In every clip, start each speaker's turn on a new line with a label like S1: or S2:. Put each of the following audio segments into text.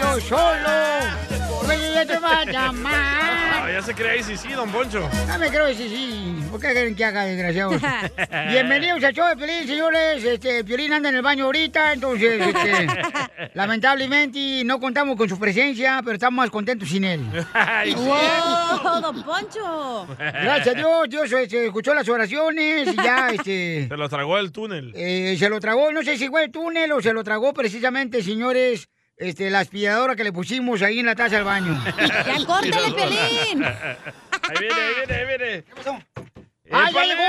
S1: yo solo. Oye, ya te va a
S2: Ah,
S1: llamar.
S2: ya se cree sí, sí, don Poncho.
S1: No me creo ese sí. ¿Por qué quieren que haga, desgraciados? Bienvenidos a show de Piolín, señores. Este, Piolín anda en el baño ahorita, entonces, este, lamentablemente no contamos con su presencia, pero estamos más contentos sin él.
S3: Ay, sí.
S1: ¡Wow!
S3: don Poncho!
S1: Gracias a Dios, Dios este, escuchó las oraciones y ya, este...
S2: Se lo tragó el túnel.
S1: Eh, se lo tragó, no sé si fue el túnel o se lo tragó precisamente, señores, este, la aspiradora que le pusimos ahí en la taza del baño.
S3: ¡Ya córtale, Pelín!
S2: Ahí viene, ahí viene, ahí viene. ¿Qué
S1: pasó? ¡Ay, ya llegó!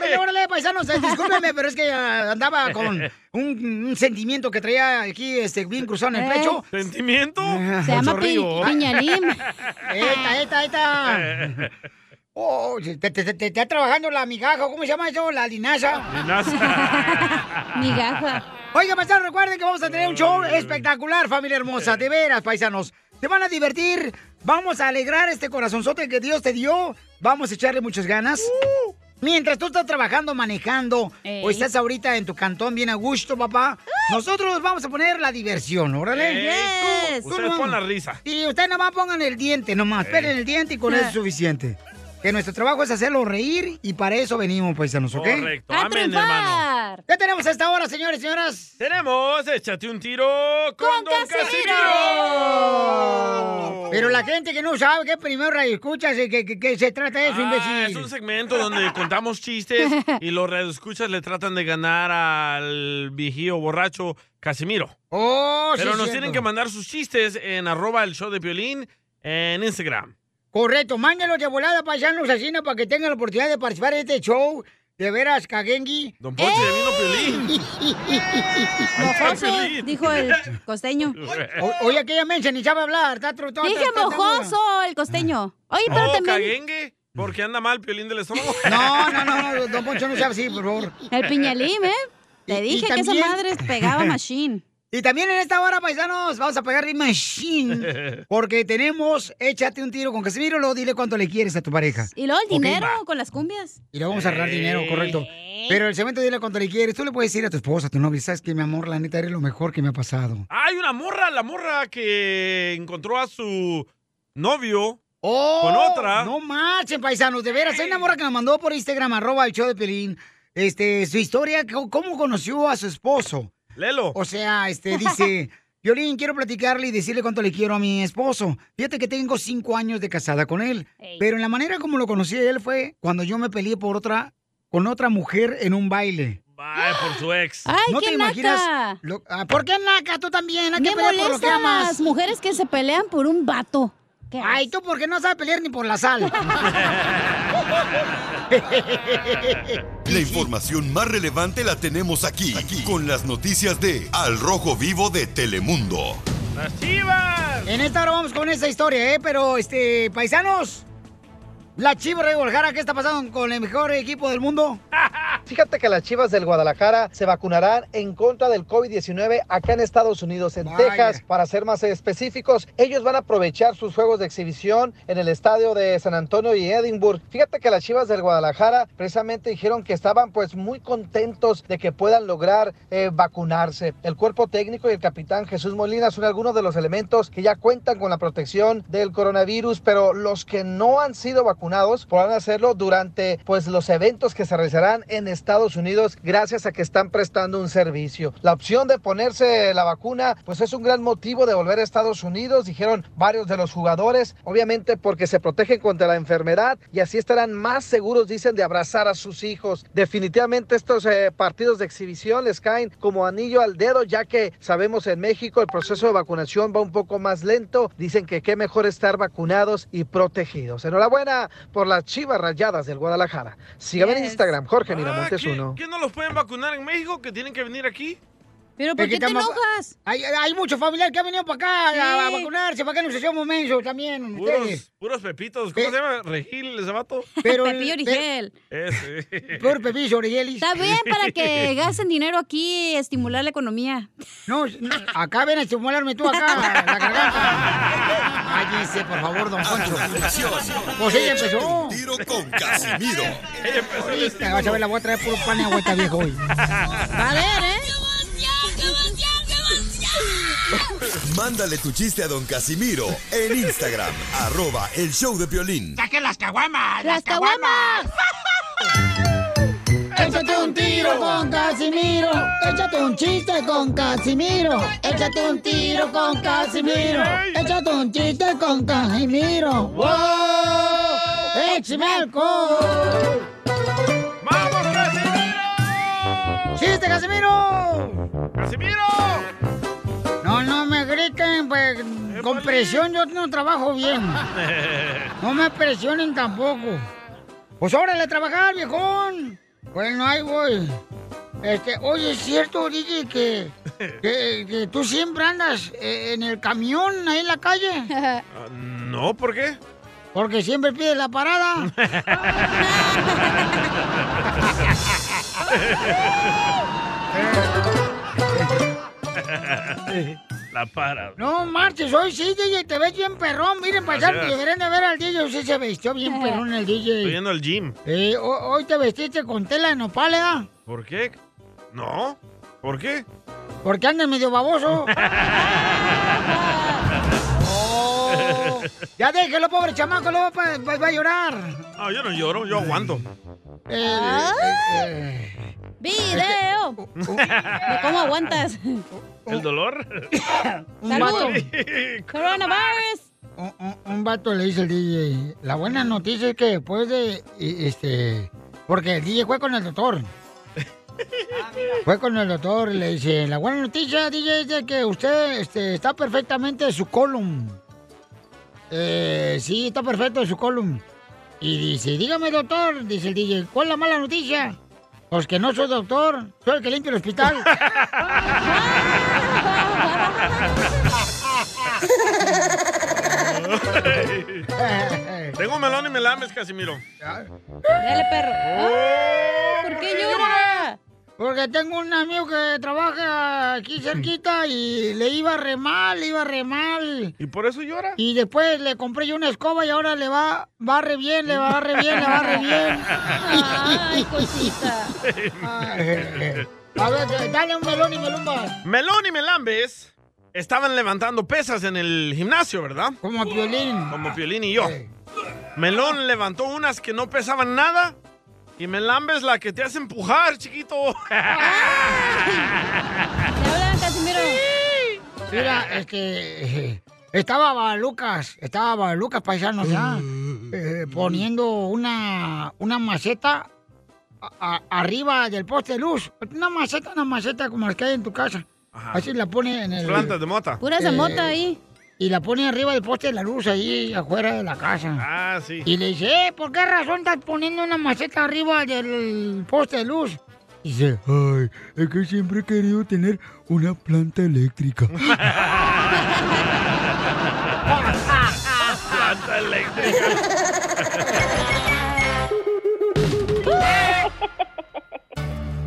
S1: ¡Órale, órale, paisanos! Eh, Discúlpenme, pero es que ah, andaba con un, un sentimiento que traía aquí este, bien cruzado en el
S2: ¿Eh?
S1: pecho.
S2: ¿Sentimiento?
S1: Se llama pi-
S3: piñalín.
S1: ¡Eta, eta, eta! Oh, te, te- te- te está trabajando la migaja, ¿cómo se llama eso? La linaza. Migaja. Oiga, paisanos, recuerden que vamos a tener un show espectacular, familia hermosa. De veras, paisanos. Te van a divertir. Vamos a alegrar este corazonzote que Dios te dio. Vamos a echarle muchas ganas.
S2: Uh.
S1: Mientras tú estás trabajando, manejando,
S3: Ey.
S1: o estás ahorita en tu cantón bien a gusto, papá, nosotros vamos a poner la diversión, órale.
S2: Ey,
S1: Yes.
S2: tú- Ustedes
S1: Tú
S2: pon la
S1: nomás.
S2: risa.
S1: Y ustedes nomás pongan el diente, nomás,
S2: Ey. Ah.
S1: pelen el diente y con eso es suficiente. Que nuestro trabajo es hacerlo reír y para eso venimos, paisanos, ¿ok?
S2: Correcto. ¡A Amén, triunfar! hermano.
S1: ¿Qué tenemos hasta ahora, señores y señoras?
S2: Tenemos Échate un tiro con, Don Casimiro.
S1: Pero la gente que no sabe que primero radio escucha, que, que, que se trata eso,
S2: Ah, es
S1: imbécil.
S2: un segmento donde contamos chistes y los radioescuchas le tratan de ganar al vigío borracho Casimiro.
S1: Oh, sí,
S2: Pero nos
S1: cierto.
S2: tienen que mandar sus chistes en arroba el show de Piolín en Instagram.
S1: Correcto, mándenlos de volada, paisanos, así, ¿no? para que tengan la oportunidad de participar en este show. De veras, Kagengi.
S2: Don Poncho, ya vino
S3: Mojoso, dijo el costeño.
S1: O- Oye, aquella mensa ni sabe hablar. Está tru- está-
S3: Dije
S1: está- está-
S3: mojoso el costeño. Oye, pero
S2: Oh,
S3: también...
S2: caguengue, porque anda mal Piolín del estómago.
S1: No, no, no, no, don Poncho no sea así, por favor.
S3: El piñalín, ¿eh? Te dije que esa madre pegaba machine.
S1: Y también en esta hora, paisanos, vamos a pegar machine. Porque tenemos, échate un tiro con Casimiro, luego dile cuánto le quieres a tu pareja.
S3: Y luego el
S1: Ok.
S3: dinero con las cumbias.
S1: Y le vamos a ahorrar
S3: Ey.
S1: dinero, correcto. Pero el cemento dile cuánto le quieres. Tú le puedes decir a tu esposa, a tu novia, sabes que mi amor, la neta, eres lo mejor que me ha pasado.
S2: Ah, Hay una morra, la morra que encontró a su novio
S1: ¡Oh!
S2: con otra.
S1: No marchen, paisanos. De veras, hay una morra que nos mandó por Instagram, arroba el show de Pelín. Este, su historia, c- cómo conoció a su esposo.
S2: Lelo.
S1: O sea, este, dice, Violín, quiero platicarle y decirle cuánto le quiero a mi esposo. Fíjate que tengo cinco años de casada con él.
S3: Ey.
S1: Pero en la manera como lo conocí a él fue cuando yo me peleé por otra, con otra mujer en un baile.
S2: Ay, por su ex.
S1: ¿No te imaginas? lo- ah, ¿Por qué naca? Tú también. Hay que
S3: Me
S1: pelear por lo que
S3: molestan
S1: amas.
S3: las mujeres que se pelean por un vato.
S1: Ay, tú porque no sabes pelear ni por la sal.
S4: La información más relevante la tenemos aquí, aquí, con las noticias de Al Rojo Vivo de Telemundo.
S1: En esta hora vamos con esa historia, ¿eh? Pero, este, paisanos, la Chivas de Guadalajara, ¿qué está pasando con el mejor equipo del mundo?
S5: Fíjate que las Chivas del Guadalajara se vacunarán en contra del COVID-19 acá en Estados Unidos, en
S1: Vaya.
S5: Texas, para ser más específicos. Ellos van a aprovechar sus juegos de exhibición en el estadio de San Antonio y Edinburgh. Fíjate que las Chivas del Guadalajara precisamente dijeron que estaban pues muy contentos de que puedan lograr eh, vacunarse. El cuerpo técnico y el capitán Jesús Molina son algunos de los elementos que ya cuentan con la protección del coronavirus, pero los que no han sido vacunados podrán hacerlo durante pues los eventos que se realizarán en Estados Unidos gracias a que están prestando un servicio. La opción de ponerse la vacuna pues es un gran motivo de volver a Estados Unidos, dijeron varios de los jugadores, obviamente porque se protegen contra la enfermedad y así estarán más seguros, dicen, de abrazar a sus hijos. Definitivamente estos eh, partidos de exhibición les caen como anillo al dedo ya que sabemos en México el proceso de vacunación va un poco más lento, dicen que qué mejor estar vacunados y protegidos. Enhorabuena por las chivas rayadas del Guadalajara. Sígame en Instagram, Jorge Miramontes
S2: ¿Qué,
S5: 1.
S2: qué no los pueden vacunar en México? ¿Que tienen que venir aquí?
S3: Pero
S1: Es que estamos- Hay, hay muchos familiares que han venido para acá a, a vacunarse, para que nos hacemos mensos también.
S2: Puros,
S1: Ustedes.
S2: puros pepitos. ¿Cómo se llama? Regil, ese vato. Eh,
S1: Pero el-
S3: Pepillo Origel.
S2: Ese.
S1: Por Pepillo Origel.
S3: Está bien para que gasten dinero aquí y estimular la economía.
S1: No, acá ven a estimularme tú acá, la garganta. Cállense, Ah, por favor, don Poncho. Pues ella empezó.
S4: Tiro con Casimiro.
S1: Ahorita vas a ver, la voy a traer puro pan y agüita viejo hoy.
S3: A ver, ¿eh?
S4: Mándale tu chiste a don Casimiro en Instagram, arroba el show de Piolín.
S6: ¡Saque las caguamas!
S1: ¡Las caguamas! Échate un tiro con Casimiro. Échate un chiste con Casimiro. Échate un tiro con Casimiro. Échate un chiste con Casimiro. ¡Wow! ¡Échame alcohol!
S2: ¡Vamos, Casimiro!
S7: este
S1: ¡Chiste, Casimiro!
S2: ¡Casimiro!
S1: No, no me griten, pues con presión yo no trabajo bien. No me presionen tampoco. Pues órale a trabajar, viejón. Bueno, ahí voy. Este, oye, es cierto, DJ, que, que- que tú siempre andas eh, en el camión ahí en la calle.
S2: Ah, no, ¿por qué?
S1: Porque siempre pides la parada.
S2: La para.
S1: No, marches, hoy sí, DJ, te ves bien perrón. Miren, pasar, que
S2: Gracias.
S1: deberían de ver al DJ. Usted se vistió bien perrón el
S2: Estoy
S1: DJ.
S2: yendo al gym.
S1: Eh, ho- hoy te vestiste con tela de nopal, ¿eh?
S2: ¿Por qué? No. ¿Por qué?
S1: Porque andas medio baboso.
S2: Ah,
S1: Oh, ya déjelo, pobre chamaco, luego pa- va, va a llorar.
S2: No, yo no lloro, yo aguanto.
S3: Ah,
S1: Eh, eh, eh,
S3: ¡Video!
S1: Oh, este-
S3: ¿De cómo aguantas?
S2: ¿El dolor?
S1: un, vato,
S3: ¡Salud! ¡Coronavirus!
S1: un- un- un vato le dice el DJ. La buena noticia es que después de. y- este, porque el DJ fue con el doctor. Fue con el doctor y le dice, la buena noticia, DJ, es de que usted este, está perfectamente en su column. Eh, sí, está perfecto en su column. Y dice, dígame, doctor, dice el DJ, ¿cuál es la mala noticia? Pues que no soy doctor, soy el que limpia el hospital.
S2: Tengo melón y me lames, Casimiro.
S3: Dale, perro. Ah, ¿Por qué llora?
S1: ¡Eh! Porque tengo un amigo que trabaja aquí cerquita y le iba re mal, le iba re mal.
S2: ¿Y por eso llora?
S1: Y después le compré yo una escoba y ahora le va, va re bien, le va re bien, le va re bien.
S3: Ay, cosita.
S1: A ver, dale un melón y melumba.
S2: Melón y Melambes estaban levantando pesas en el gimnasio, ¿verdad?
S1: Como violín.
S2: Como Piolín y yo. Melón levantó unas que no pesaban nada y Melambes la que te hace empujar, chiquito.
S3: ¿Le hablan, Casimiro?
S1: Mira, este. Estaba Balucas, estaba Balucas paisano ya,
S2: Mm.
S1: eh, poniendo una, una maceta a- a- arriba del poste de luz. Una maceta, una maceta como las que hay en tu casa.
S2: Ajá.
S1: Así la pone en el.
S2: Plantas de mota.
S3: Pura
S1: Eh.
S3: zamota ahí.
S1: Y la pone arriba del poste de la luz, ahí afuera de la casa.
S2: Ah, sí.
S1: Y le dice, eh, ¿por qué razón estás poniendo una maceta arriba del poste de luz? Dice, ay, es que siempre he querido tener una planta eléctrica.
S2: Planta eléctrica.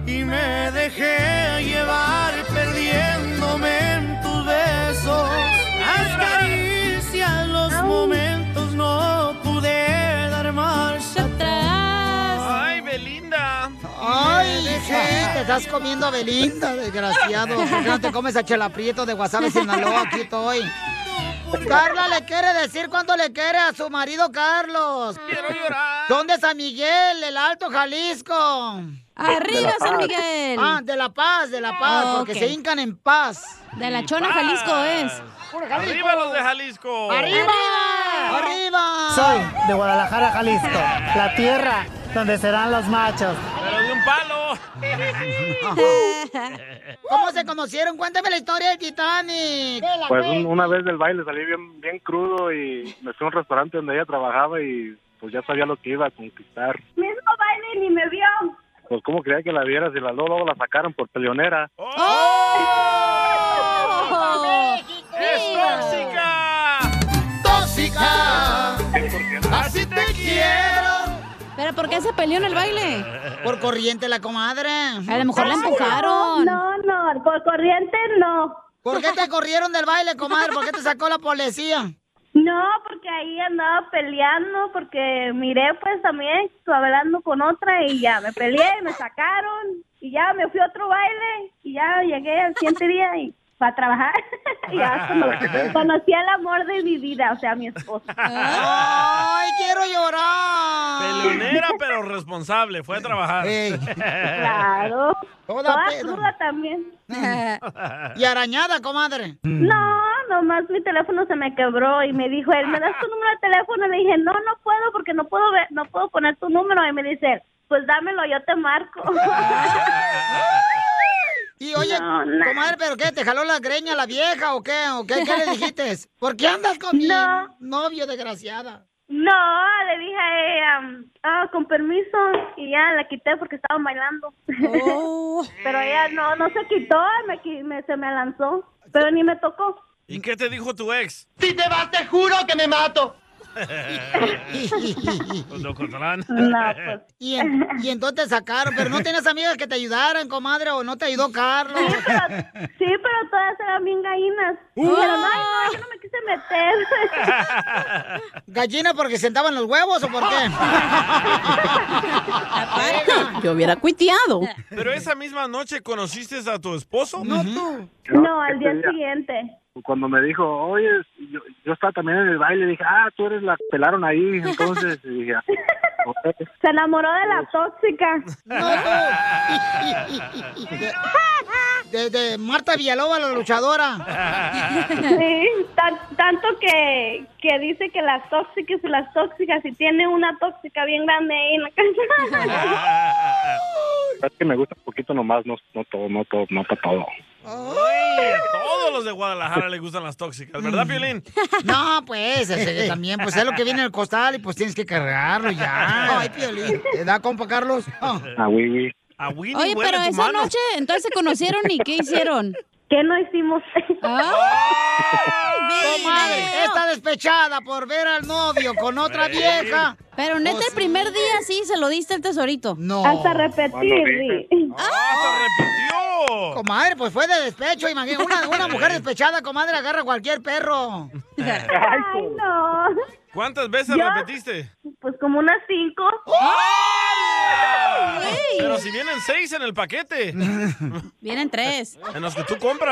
S8: y me dejé llevar perdiéndome en tus besos. Las caricias, los momentos no pude dar marcha.
S3: Atrás.
S2: Ay, Belinda.
S1: Ay, hija, te estás comiendo a Belinda, desgraciado. ¿Por qué no te comes a Chela Prieto de Guasave Sinaloa? Aquí estoy. Carla le quiere decir cuánto le quiere a su marido Carlos.
S2: Quiero llorar.
S1: ¿Dónde es San Miguel, el Alto Jalisco?
S3: Arriba, San Miguel.
S1: Ah, de La Paz, de La Paz,
S3: Ah,
S1: porque
S3: ok.
S1: se hincan en paz.
S3: De la Chona, Jalisco es.
S2: Arriba los de Jalisco.
S1: ¡Arriba! ¡Arriba!
S9: Soy de Guadalajara, Jalisco, la tierra donde serán los machos.
S2: Pero de un palo.
S1: ¿Cómo se conocieron? Cuéntame la historia del Titanic.
S10: Pues un- una vez del baile salí bien, bien crudo y me fui a un restaurante donde ella trabajaba y pues ya sabía lo que iba a conquistar.
S11: mismo baile ni me vio.
S10: Pues cómo creía que la vieras y la luego, luego la sacaron por peleonera.
S3: ¡Oh!
S2: ¡Es tóxica!
S1: tóxica!
S2: ¡Así te quiero!
S3: ¿Pero por qué se peleó en el baile?
S1: Por corriente la comadre.
S3: A lo mejor la empujaron.
S11: No, no, por corriente no.
S1: ¿Por qué te corrieron del baile, comadre? ¿Por qué te sacó la policía?
S11: No, porque ahí andaba peleando, porque miré pues también hablando con otra y ya me peleé, me sacaron y ya me fui a otro baile y ya llegué al siguiente día y para trabajar. Ya cono- conocí al amor de mi vida, o sea, mi esposo.
S1: Ah. ¡Ay, quiero llorar!
S2: Peleonera, pero responsable. Fue a trabajar.
S11: Claro.
S1: Toda
S11: Toda
S1: peda.
S11: cruda también.
S1: Y arañada, comadre.
S11: No, nomás mi teléfono se me quebró y me dijo él, ¿me das tu número de teléfono? Le dije, no, no puedo porque no puedo ver, no puedo poner tu número. Y me dice él, pues dámelo, yo te marco.
S1: Y oye,
S11: No, nah.
S1: comadre, ¿pero qué? ¿Te jaló la greña la vieja o qué? ¿O qué, qué le dijiste? ¿Por qué andas con mi
S11: No.
S1: novio, desgraciada?
S11: no, le dije a ella, "Ah, con permiso. Y ya la quité porque estaban bailando.
S3: Oh.
S11: Pero ella no, no se quitó, me, qui- me- se me lanzó. Pero ni me tocó.
S2: ¿Y qué te dijo tu ex?
S8: Si te vas, te juro que me mato.
S2: Don Ocotlán.
S11: No, pues.
S1: Y, en- y entonces te sacaron, pero no tenías amigas que te ayudaran, comadre, o no te ayudó Carlos.
S11: Sí, pero, sí, pero todas eran bien gallinas.
S1: ¡Uh!
S11: Pero no, no, yo no me quise meter.
S1: ¿Gallina porque sentaban los huevos o por qué?
S3: Yo hubiera cuiteado.
S2: ¿Pero esa misma noche conociste a tu esposo?
S1: No tú.
S11: No, al día
S10: ese día,
S11: siguiente.
S10: Cuando me dijo, oye, yo, yo estaba también en el baile, dije, ah, tú eres la que pelaron ahí. Entonces, y dije, "Ah, ok".
S11: Se enamoró de la tóxica.
S1: No tú. De, de- de Marta Villalobos, la luchadora.
S11: Sí, tan- tanto que, que dice que las tóxicas y las tóxicas, y tiene una tóxica bien grande ahí en la casa.
S10: es que me gusta un poquito nomás, no, no todo, no todo, no para todo.
S2: A todos los de Guadalajara les gustan las tóxicas, ¿verdad, Piolín?
S1: No, pues, ese que también, pues es lo que viene en el costal y pues tienes que cargarlo ya. Ay, Piolín. ¿Te da compa, Carlos? No.
S10: Ah, oui, oui.
S2: A Winnie
S3: Oye,
S2: huele
S3: pero
S2: tu
S3: esa
S2: mano.
S3: noche entonces se conocieron y ¿qué hicieron? ¿Ah?
S11: ¿Qué no hicimos?
S3: ¡Ay,
S1: Comadre,
S3: video!
S1: está despechada por ver al novio con otra vieja. Pues
S3: Pero neta, el primer día sí se lo diste el tesorito.
S1: No.
S11: Hasta
S10: Bueno,
S11: repetir.
S10: dije.
S11: sí.
S2: ¡Ah, se repitió!
S1: Comadre, pues fue de despecho, imagínate. Una, una mujer despechada, comadre, agarra a cualquier perro.
S11: Ay, no.
S2: ¿Cuántas veces
S11: Yo-
S2: repetiste?
S11: Pues como unas cinco.
S3: ¡Ah!
S2: Pero si vienen seis en el paquete,
S3: Vienen tres.
S2: en los que tú compras.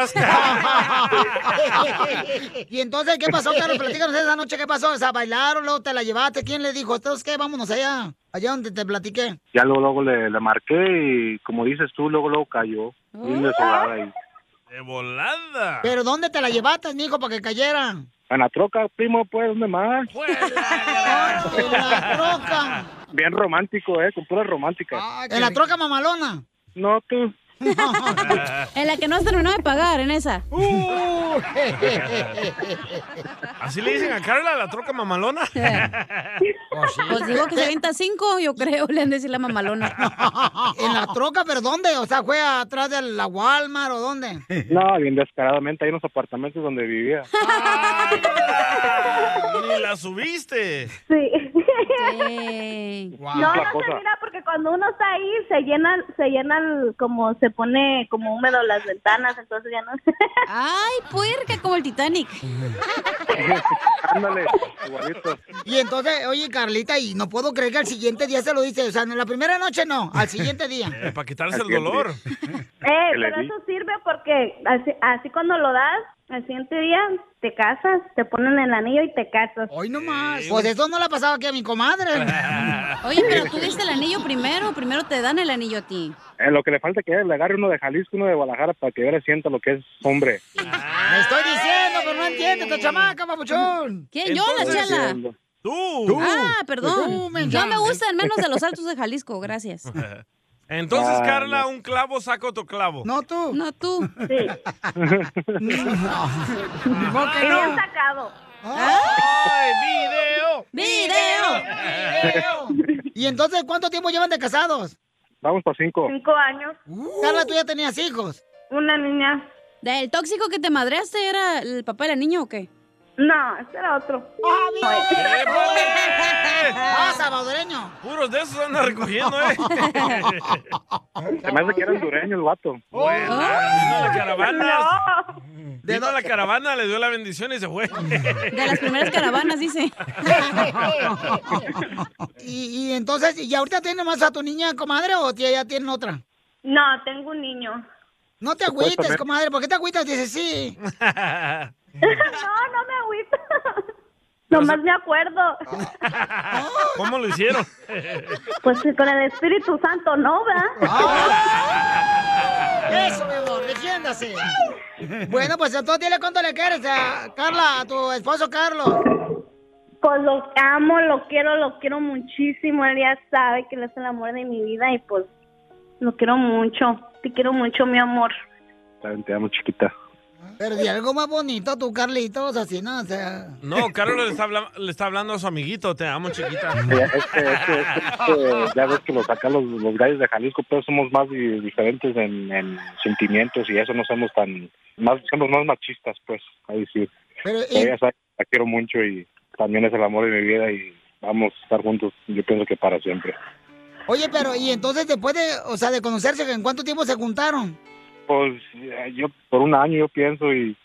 S1: y entonces, ¿qué pasó, Carlos? Platícanos esa noche, ¿qué pasó? O sea, bailaron, luego te la llevaste. ¿Quién le dijo? ¿Entonces qué? Vámonos allá, allá donde te platiqué.
S10: Ya luego, luego le, le marqué y como dices tú, luego, luego cayó. Bien desolada y...
S2: ¡De volada!
S1: ¿Pero dónde te la llevaste, mijo, para que cayera?
S10: En la troca, primo, pues, ¿dónde más?
S1: En la troca.
S10: Bien romántico, ¿eh? Con pura romántica.
S3: Ah,
S1: En la troca mamalona.
S10: No, tú.
S3: En la que no has terminado de pagar, en esa.
S1: Uh.
S2: ¿Así le dicen a Carla la troca mamalona? Oh,
S3: Pues digo que se avienta cinco, yo creo, le han de decir la mamalona.
S1: En la troca, pero ¿dónde? O sea, fue atrás de la Walmart o dónde.
S10: No, bien descaradamente, hay unos apartamentos donde vivía.
S2: ¡Ni la subiste!
S11: Sí.
S3: Sí.
S10: Es
S11: No,
S10: la
S11: no se
S10: cosa.
S11: mira porque cuando uno está ahí se llenan, se llenan como se pone como húmedo las ventanas, entonces ya no sé.
S3: Ay, puerca, como el Titanic.
S10: Ándale, igualito.
S1: Y entonces, oye, Carlita, y no puedo creer que al siguiente día se lo dice. O sea, en la primera noche no, al siguiente día.
S2: Eh, para quitarse el
S10: Así es.
S2: dolor.
S11: Eh,
S10: ¿Qué le
S11: pero
S10: di?
S11: eso sirve porque así, así cuando lo das, al siguiente día te casas, te ponen el anillo y te casas.
S1: Hoy nomás. Pues eso no le ha pasado aquí a mi comadre.
S3: Oye, pero tú diste el anillo primero, primero te dan el anillo a ti.
S10: Eh, lo que le falta que le agarre uno de Jalisco, uno de Guadalajara, para que ahora sienta lo que es hombre.
S1: Le estoy diciendo, pero no entiende esta chamaca, papuchón.
S3: ¿Quién? Yo, la
S2: Entonces-
S3: chela.
S10: eh,
S2: ¡Tú!
S3: Ah,
S1: Tú,
S3: perdón.
S1: mensa.
S3: No me gustan, menos de los altos de Jalisco, gracias.
S2: Entonces,
S10: Ah,
S2: Carla, un clavo saca otro clavo.
S1: No tú.
S3: No tú.
S11: Sí,
S1: No, que
S11: bien
S1: no.
S11: sacado.
S2: ¡Ay, video!
S3: ¡Video!
S1: Y entonces, ¿cuánto tiempo llevan de casados?
S10: Vamos para cinco.
S11: Cinco años,
S1: Carla, tú ya tenías hijos.
S11: una niña.
S3: ¿Del tóxico que te madreaste era el papá de la niña o qué?
S11: No, ese era otro.
S2: ¡Épale!
S1: Ah, salvadoreño.
S2: Puros de esos andan recogiendo, ¿eh?
S10: Se me hace que era hondureño el vato.
S2: Bueno, vino la caravana.
S11: No,
S2: Vino la caravana, le dio la bendición y se fue.
S3: De las primeras caravanas, dice.
S1: Y, y entonces, ¿y ahorita tienes más a tu niña, comadre, o tía, ya tienen otra?
S11: no, tengo un niño.
S1: No te
S10: puedes
S1: agüites,
S10: comer.
S1: comadre. ¿Por qué te agüitas? Dices sí.
S11: no, no me agüito. Nomás me acuerdo.
S2: ¿Cómo lo hicieron?
S11: Pues con el Espíritu Santo, ¿no,
S1: verdad? Eso, mi amor, defiéndase. Bueno, pues entonces dile cuánto le quieres a Carla, a tu esposo Carlos.
S11: Pues lo amo, lo quiero, lo quiero muchísimo. Él ya sabe que él es el amor de mi vida y pues lo quiero mucho. Te quiero mucho, mi amor.
S10: También te amo, chiquita.
S1: Pero di algo más bonito tú, Carlitos, así, ¿no? O sea...
S2: No, Carlos le está, habla- le está hablando a su amiguito. Te amo, chiquita.
S10: Ya, es que- es que- es que ya ves que los acá los, los gallos de Jalisco pues somos más di- diferentes en, en sentimientos y eso no somos tan más somos más machistas pues a decir
S1: Pero,
S10: ella sabe que la quiero mucho y también es el amor de mi vida y vamos a estar juntos yo pienso que para siempre
S1: Oye, pero, y entonces después de, o sea, de conocerse, ¿en cuánto tiempo se juntaron?
S10: pues eh, yo por un año yo pienso y,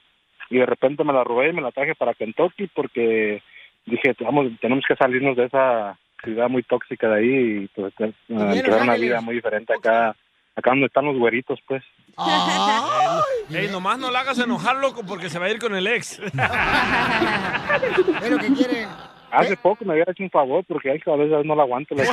S10: y de repente me la robé y me la traje para Kentucky porque dije vamos tenemos que salirnos de esa ciudad muy tóxica de ahí y pues eh,
S2: Los
S10: empezar una vida
S2: Ángeles.
S10: muy diferente acá acá donde están los güeritos pues
S2: Ey, nomás no la hagas enojar, loco, porque se va a ir con el ex.
S1: Pero que quiere.
S10: hace poco me había hecho un favor porque ay, a veces no la aguanto la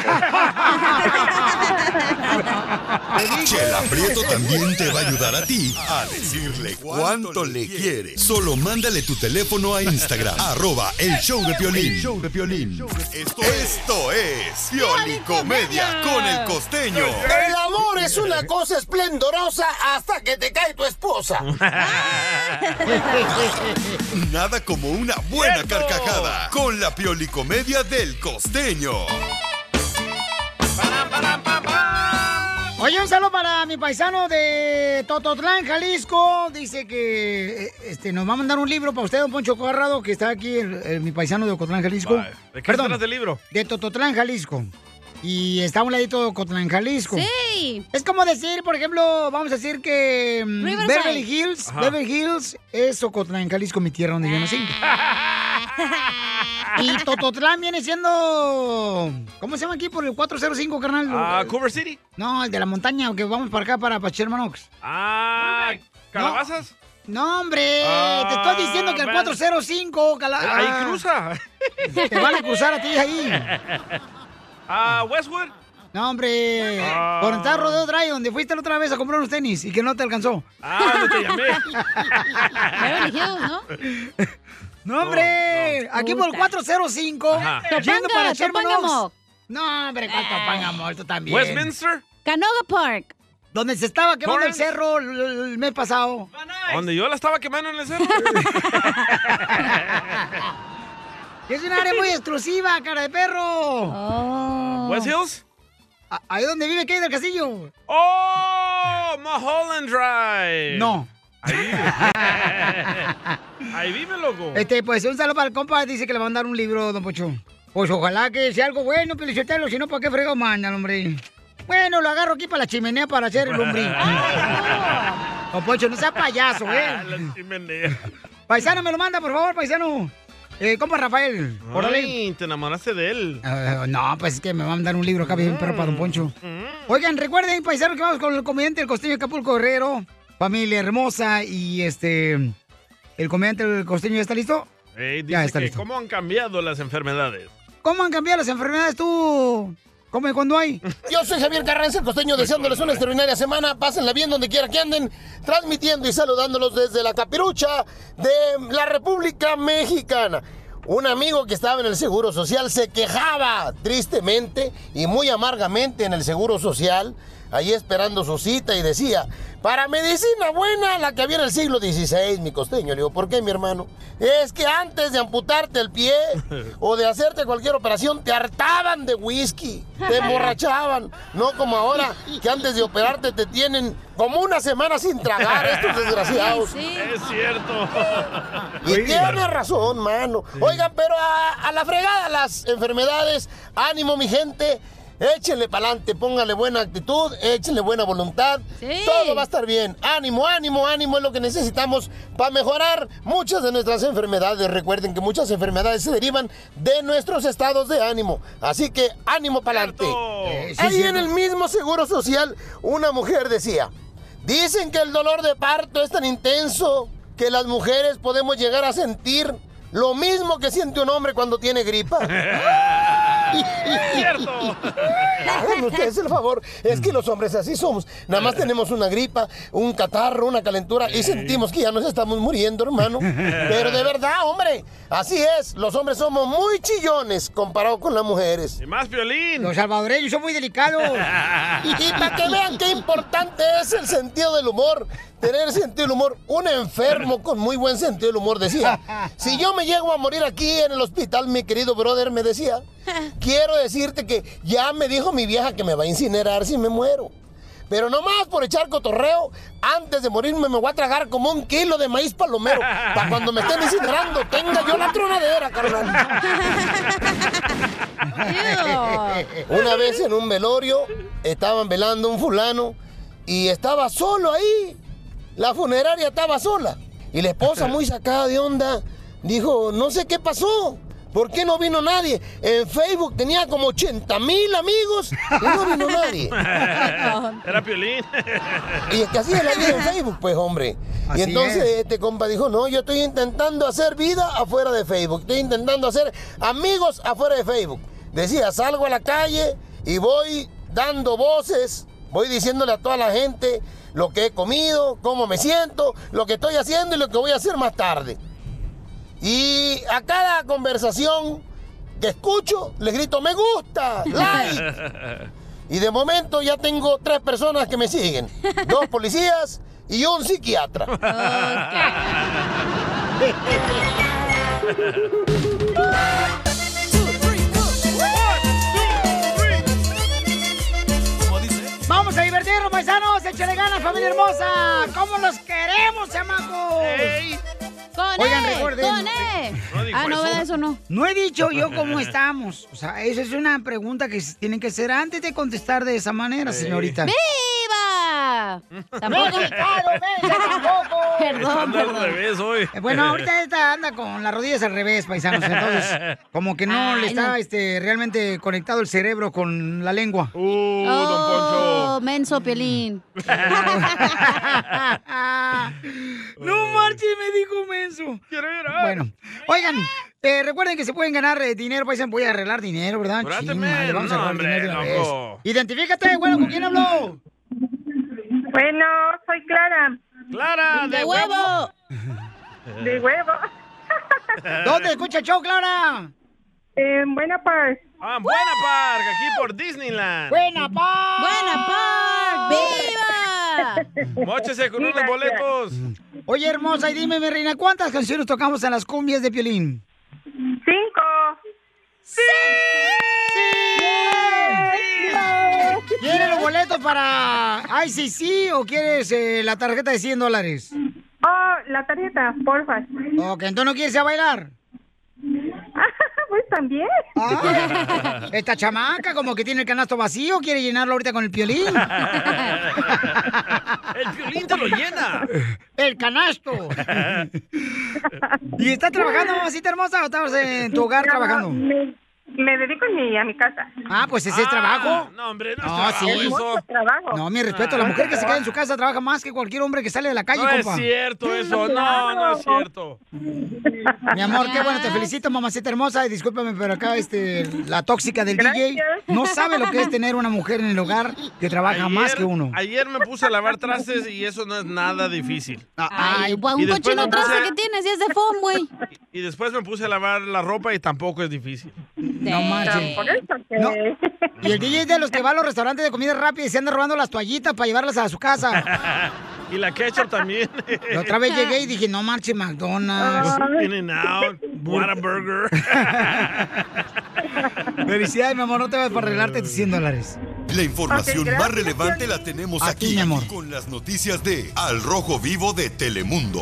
S4: Chela Prieto también te va a ayudar a ti a decirle cuánto le quiere. Solo mándale tu teléfono a Instagram, arroba el show de Piolín.
S6: El
S4: Show de Piolín. Esto, esto es Piolicomedia con el costeño.
S12: El amor es una cosa esplendorosa hasta que te cae tu esposa.
S4: Nada como una buena carcajada con la Piolicomedia del costeño.
S1: Oye, un saludo para mi paisano de Tototlán, Jalisco. Dice que eh, este, nos va a mandar un libro para usted, don Poncho Corrado, que está aquí, el- el- mi paisano de Tototlán, Jalisco.
S2: Vale. ¿De qué
S1: Perdón,
S2: trata el libro?
S1: De Tototlán, Jalisco. Y está a un ladito de Ocotlán, Jalisco.
S3: Sí.
S1: Es como decir, por ejemplo, vamos a decir que mm,
S3: Riverside.
S1: Beverly Hills,
S3: Ajá.
S1: Beverly Hills es Ocotlán, Jalisco, mi tierra donde yo nací. y Tototlán viene siendo, ¿cómo se llama aquí por el 405, carnal?
S2: Ah, Cover City.
S1: No, el de la montaña, que vamos para acá, para, para Sherman Oaks.
S2: Ah, ¿calabazas?
S1: No, hombre,
S2: Ah,
S1: Eh, te estoy diciendo que el
S2: vale.
S1: 405, cala-
S2: Ahí
S1: ah,
S2: cruza.
S1: Te van a cruzar a ti ahí.
S2: Ah, Westwood.
S1: No, hombre,
S2: Ah.
S1: por entrar Rodeo Drive, donde fuiste la otra vez a comprar unos tenis y que no te alcanzó.
S2: Ah, no te llamé.
S1: Beverly Hills, ¿no? No, hombre, aquí por el 405,
S3: Ajá.
S1: yendo
S3: Topanga,
S1: para Sherman
S3: Topanga
S1: Oaks.
S3: Mall.
S1: No, hombre, ¿cuál Topanga Mall? Tú también.
S2: Westminster.
S1: Canoga Park. Donde se estaba quemando
S2: Torrance.
S1: el cerro el, el mes pasado.
S2: Donde yo la estaba quemando en el cerro.
S1: Es un área muy exclusiva, cara de perro. Oh.
S2: West Hills.
S1: Ahí donde vive Kate del Castillo.
S2: ¡Oh! Mulholland Drive.
S1: No.
S2: Ahí vive. Ahí vive, loco.
S1: Este, pues un saludo para el compa, dice que le va a mandar un libro, don Pocho. Pues ojalá que sea algo bueno, Pelichotelo, si no, ¿para qué fregado mandan, hombre? Bueno, lo agarro aquí para la chimenea para hacer el lombrí. Don Pocho, no sea payaso, ¿eh?
S2: La chimenea.
S1: Paisano, me lo manda, por favor, paisano. Eh, compa Rafael, órale.
S2: Ay, te enamoraste de él.
S1: Eh, no, pues es que me va a mandar un libro acá bien perro para Don Poncho. Oigan, recuerden, paisanos, que vamos con el comediante El Costeño de Acapulco Herrero. Familia hermosa y este... ¿El comediante El Costeño ya está listo?
S2: Ey, dice
S1: Ya está
S2: que
S1: listo.
S2: cómo han cambiado las enfermedades.
S1: ¿Cómo han cambiado las enfermedades tú? ¿Cómo y cuándo hay?
S12: Yo soy Javier Carranza, el costeño, deseándoles una extraordinaria semana. Pásenla bien donde quiera que anden, transmitiendo y saludándolos desde la capirucha de la República Mexicana. Un amigo que estaba en el Seguro Social se quejaba tristemente y muy amargamente en el Seguro Social, ahí esperando su cita y decía, para medicina buena, la que había en el siglo XVI, mi costeño. Le digo, ¿por qué, mi hermano? Es que antes de amputarte el pie o de hacerte cualquier operación, te hartaban de whisky, te emborrachaban. No como ahora, que antes de operarte te tienen como una semana sin tragar estos desgraciados.
S2: Es cierto.
S12: Y tiene razón, mano. Oigan, pero a, a la fregada las enfermedades. Ánimo, mi gente. Échenle pa'lante, póngale buena actitud, échenle buena voluntad. Todo va a estar bien. Ánimo, ánimo, ánimo es lo que necesitamos para mejorar muchas de nuestras enfermedades. Recuerden que muchas enfermedades se derivan de nuestros estados de ánimo. Así que ánimo pa'lante.
S2: Eh,
S12: Ahí en el mismo Seguro Social, una mujer decía, Dicen que el dolor de parto es tan intenso que las mujeres podemos llegar a sentir lo mismo que siente un hombre cuando tiene gripa.
S8: ¡Cierto!
S12: Háganme ustedes el favor. Es que los hombres así somos. Nada más tenemos una gripa, un catarro, una calentura y sentimos que ya nos estamos muriendo, hermano. Pero de verdad, hombre, así es. Los hombres somos muy chillones comparado con las mujeres.
S2: Y más violín.
S1: Los salvadoreños son muy delicados.
S12: y para que vean qué importante es el sentido del humor. Tener sentido del humor. Un enfermo con muy buen sentido del humor decía. Si yo me llego a morir aquí en el hospital, mi querido brother me decía, quiero decirte que ya me dijo mi vieja que me va a incinerar si me muero. Pero nomás por echar cotorreo, antes de morirme me voy a tragar como un kilo de maíz palomero. Para cuando me estén incinerando, tenga yo la tronadera, carnal. Una vez en un velorio, estaban velando un fulano y estaba solo ahí. La funeraria estaba sola. Y la esposa, muy sacada de onda, dijo, no sé qué pasó. ¿Por qué no vino nadie? En Facebook tenía como 80 mil amigos y no vino nadie.
S2: Era Piolín.
S12: Y es que así es la vida en Facebook, pues, hombre.
S2: Así
S12: y entonces
S2: es.
S12: este compa dijo, no, yo estoy intentando hacer vida afuera de Facebook. Estoy intentando hacer amigos afuera de Facebook. Decía, salgo a la calle y voy dando voces, voy diciéndole a toda la gente lo que he comido, cómo me siento, lo que estoy haciendo y lo que voy a hacer más tarde. Y a cada conversación que escucho, les grito, me gusta, like. Y de momento ya tengo tres personas que me siguen. Dos policías y un psiquiatra.
S13: Ah,
S1: Vamos a divertirnos, paisanos. Échale ganas, familia hermosa. ¿Cómo los queremos, chamacos?
S3: ¡Con
S1: Oigan,
S3: E!
S1: recuerden-
S3: ¡Con E!
S1: No dijo
S3: ah, no,
S1: eso.
S3: ¿verdad? Eso no.
S1: No he dicho yo cómo estamos. O sea, esa es una pregunta que se tienen que hacer antes de contestar de esa manera, señorita.
S3: ¡Viva! Tampoco.
S1: Mexicano, tampoco.
S3: Perdón,
S2: Anda al
S3: perdón.
S2: revés hoy.
S1: Eh, Bueno, ahorita esta anda con las rodillas al revés, paisanos. Entonces, como que no le
S3: Ay,
S1: está
S3: no.
S1: este, realmente conectado el cerebro con la lengua.
S2: Uh,
S3: Oh, menso Piolín.
S1: No marche, me dijo menso. Bueno, oigan, eh, recuerden que se pueden ganar eh, dinero, paisan. Voy a arreglar dinero, ¿verdad?
S2: Espérate,
S1: Ching,
S2: men,
S1: madre, vamos a
S2: no,
S1: arreglar
S2: hombre,
S1: dinero de una
S2: loco.
S1: vez. Identifícate, bueno, ¿con quién habló?
S6: Bueno, soy Clara.
S2: Clara,
S1: de huevo.
S6: De huevo.
S1: ¿Dónde escucha el show, Clara?
S6: En Buena Park.
S2: Ah, Buena Park, aquí por Disneyland.
S1: Buena Park.
S3: Buena Park. ¡Viva!
S2: Móchese con unos boletos.
S1: Oye, hermosa, y dime, mi reina, ¿cuántas canciones tocamos en las cumbias de Piolín?
S6: Cinco.
S1: ¡Sí! ¡Sí! ¿Quieres los boletos para ICC o quieres eh, la tarjeta de 100 dólares?
S6: Oh, la tarjeta, porfa.
S1: Ok, entonces no quieres ir a bailar.
S6: pues también.
S1: Ah, esta chamaca como que tiene el canasto vacío, quiere llenarlo ahorita con el piolín.
S2: El violín te lo llena.
S1: ¡El canasto! ¿Y estás trabajando, mamacita hermosa, o estás en tu hogar
S6: No,
S1: trabajando?
S6: Me, me dedico a mi, a mi casa.
S1: Ah, pues ese es trabajo.
S2: No, hombre, no,
S1: No,
S2: es
S1: sí.
S2: trabajo eso. Ah,
S6: trabajo.
S1: No, mi respeto, la mujer que se queda en su casa trabaja más que cualquier hombre que sale de la calle,
S2: No es
S1: compa.
S2: cierto eso, no, no es cierto.
S1: Mi amor, qué bueno, te felicito, mamacita hermosa. Y discúlpame, pero acá este, la tóxica del DJ no sabe lo que es tener una mujer en el hogar que trabaja más que uno.
S2: Ayer me puse a lavar trastes y eso no es nada difícil.
S1: Ah,
S3: Ay, guau,
S2: Y
S3: un
S2: después
S3: cochino
S2: me puse-
S3: traste que tienes y es de foam, güey.
S2: Y después me puse a lavar la ropa y tampoco es difícil.
S1: No marches.
S6: Por eso que...
S1: No. Y el DJ es de los que va a los restaurantes de comida rápida y se anda robando las toallitas para llevarlas a su casa.
S2: y la ketchup también.
S1: La otra vez llegué y dije, no marche McDonald's.
S2: In and out, Whataburger.
S1: Felicidades, mi amor, no te vas a arreglarte tus 100 dólares.
S4: La información
S6: Ok, gracias,
S4: más relevante la tenemos
S1: A ti,
S4: aquí,
S1: mi amor.
S4: con las noticias de Al Rojo Vivo de Telemundo.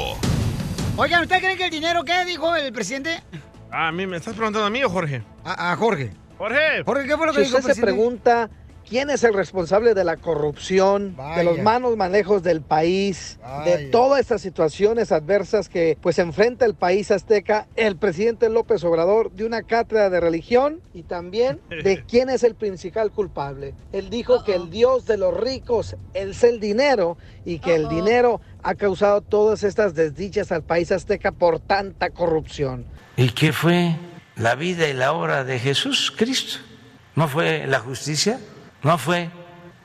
S1: Oigan, ¿usted cree que el dinero qué? Dijo el presidente.
S2: A mí, Ah, ¿me estás preguntando a mí o Jorge?
S1: A, a Jorge.
S2: Jorge.
S1: Jorge, ¿qué fue lo que
S5: Si
S1: dijo
S5: usted
S1: el
S5: se
S1: presidente?
S5: pregunta quién es el responsable de la corrupción, de los malos manejos del país, de todas estas situaciones adversas que pues enfrenta el país azteca, el presidente López Obrador dio una cátedra de religión y también de quién es el principal culpable. Él dijo que el dios de los ricos es el dinero y que el dinero ha causado todas estas desdichas al país azteca por tanta corrupción.
S14: ¿Y qué fue la vida y la obra de Jesús Cristo? ¿No fue la justicia? ¿No fue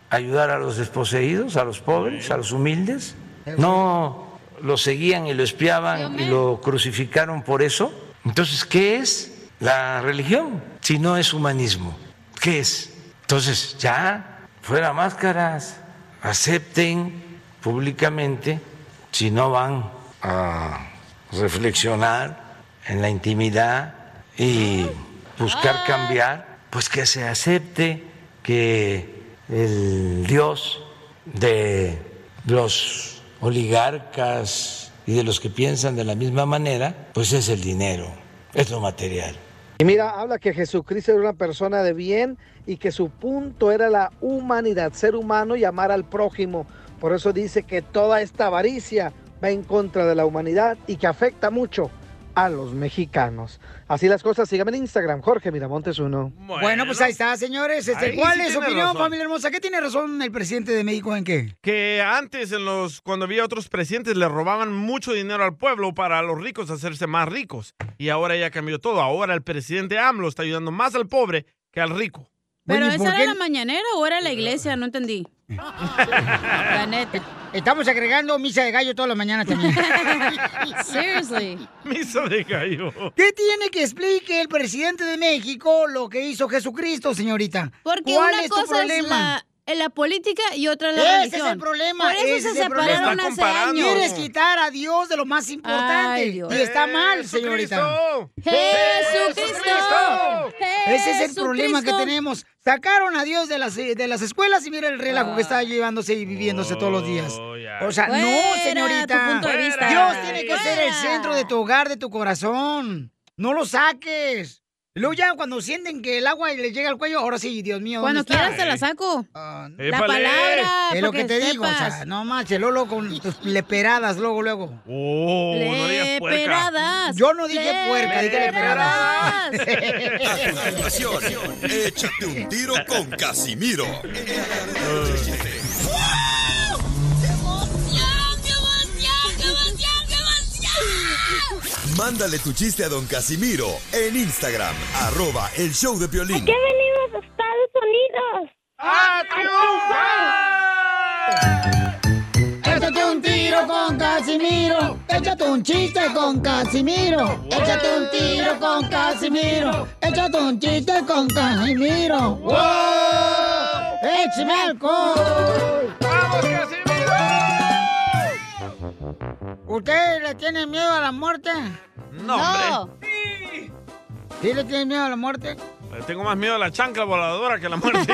S14: ayudar a los desposeídos, a los pobres, a los humildes? ¿No lo seguían y lo espiaban y lo crucificaron por eso? Entonces, ¿qué es la religión si no es humanismo? ¿Qué es? Entonces, ya, fuera máscaras, acepten públicamente si no van a reflexionar en la intimidad y buscar cambiar, pues que se acepte que el Dios de los oligarcas y de los que piensan de la misma manera, pues es el dinero, es lo material.
S5: Y mira, habla que Jesucristo era una persona de bien y que su punto era la humanidad, ser humano y amar al prójimo. Por eso dice que toda esta avaricia va en contra de la humanidad y que afecta mucho a los mexicanos. Así las cosas, síganme en Instagram, Jorge Miramontes uno.
S1: Bueno, pues ahí está, señores. Este,
S2: Ahí
S1: ¿Cuál
S2: sí
S1: es su
S2: tiene
S1: opinión,
S2: razón.
S1: familia hermosa? ¿Qué tiene razón el presidente de México en qué?
S2: Que antes, en los, cuando había otros presidentes, le robaban mucho dinero al pueblo para los ricos hacerse más ricos. Y ahora ya cambió todo. Ahora el presidente AMLO está ayudando más al pobre que al rico.
S3: Pero esa era la mañanera o era la iglesia, no entendí. La neta.
S1: Estamos agregando misa de gallo todas las mañanas también.
S3: Seriously.
S2: Misa de gallo.
S1: ¿Qué tiene que explique el presidente de México lo que hizo Jesucristo, señorita?
S3: Porque
S1: ¿Cuál
S3: una
S1: es tu
S3: cosa es
S1: problema?
S3: la, eh, la política y otra la
S1: Ese
S3: religión.
S1: es el problema.
S3: Por eso
S1: ese
S3: se
S1: es el problema.
S3: separaron hace años.
S1: Quieres quitar a Dios de lo más importante.
S3: Ay, Dios.
S1: y está mal, señorita.
S3: ¡Jesucristo!
S1: Ese es el problema que
S3: ¡Jesucristo!
S1: tenemos. Sacaron a Dios de las, eh, de las escuelas y mira el relajo que está llevándose y viviéndose todos los días. O sea, no,
S3: Ah. Oh, Fuera
S1: señorita.
S3: tu punto de vista.
S1: Dios tiene que
S3: Fuera.
S1: ser el centro de tu hogar, de tu corazón. No lo saques. Luego ya cuando sienten que el agua le llega al cuello, ahora sí, Dios mío. ¿dónde
S3: Cuando
S1: está?
S3: quieras te la saco. la
S1: Épale.
S3: palabra.
S1: Es lo
S3: para
S1: que te digo, o sea,
S3: sepas.
S1: no manches, Lolo con tus leperadas, luego, luego.
S2: Oh,
S3: no digas puerca. Leperadas.
S1: Yo no dije puerca, dije leperadas.
S4: A continuación, échate un tiro con Casimiro. Mándale tu chiste a don Casimiro en Instagram, arroba el show de violín.
S15: qué venimos a Estados Unidos?
S2: ¡A
S1: Échate un tiro con Casimiro. Échate un chiste con Casimiro. Échate un tiro con Casimiro. Échate un chiste con Casimiro. ¡Wow! ¡Échame alcohol! ¡Vamos, Casimiro! ¿Ustedes le tienen miedo a la muerte?
S2: No, hombre.
S1: ¿Sí le tienen miedo a la muerte?
S2: Le tengo más miedo a la chancla voladora que a la muerte.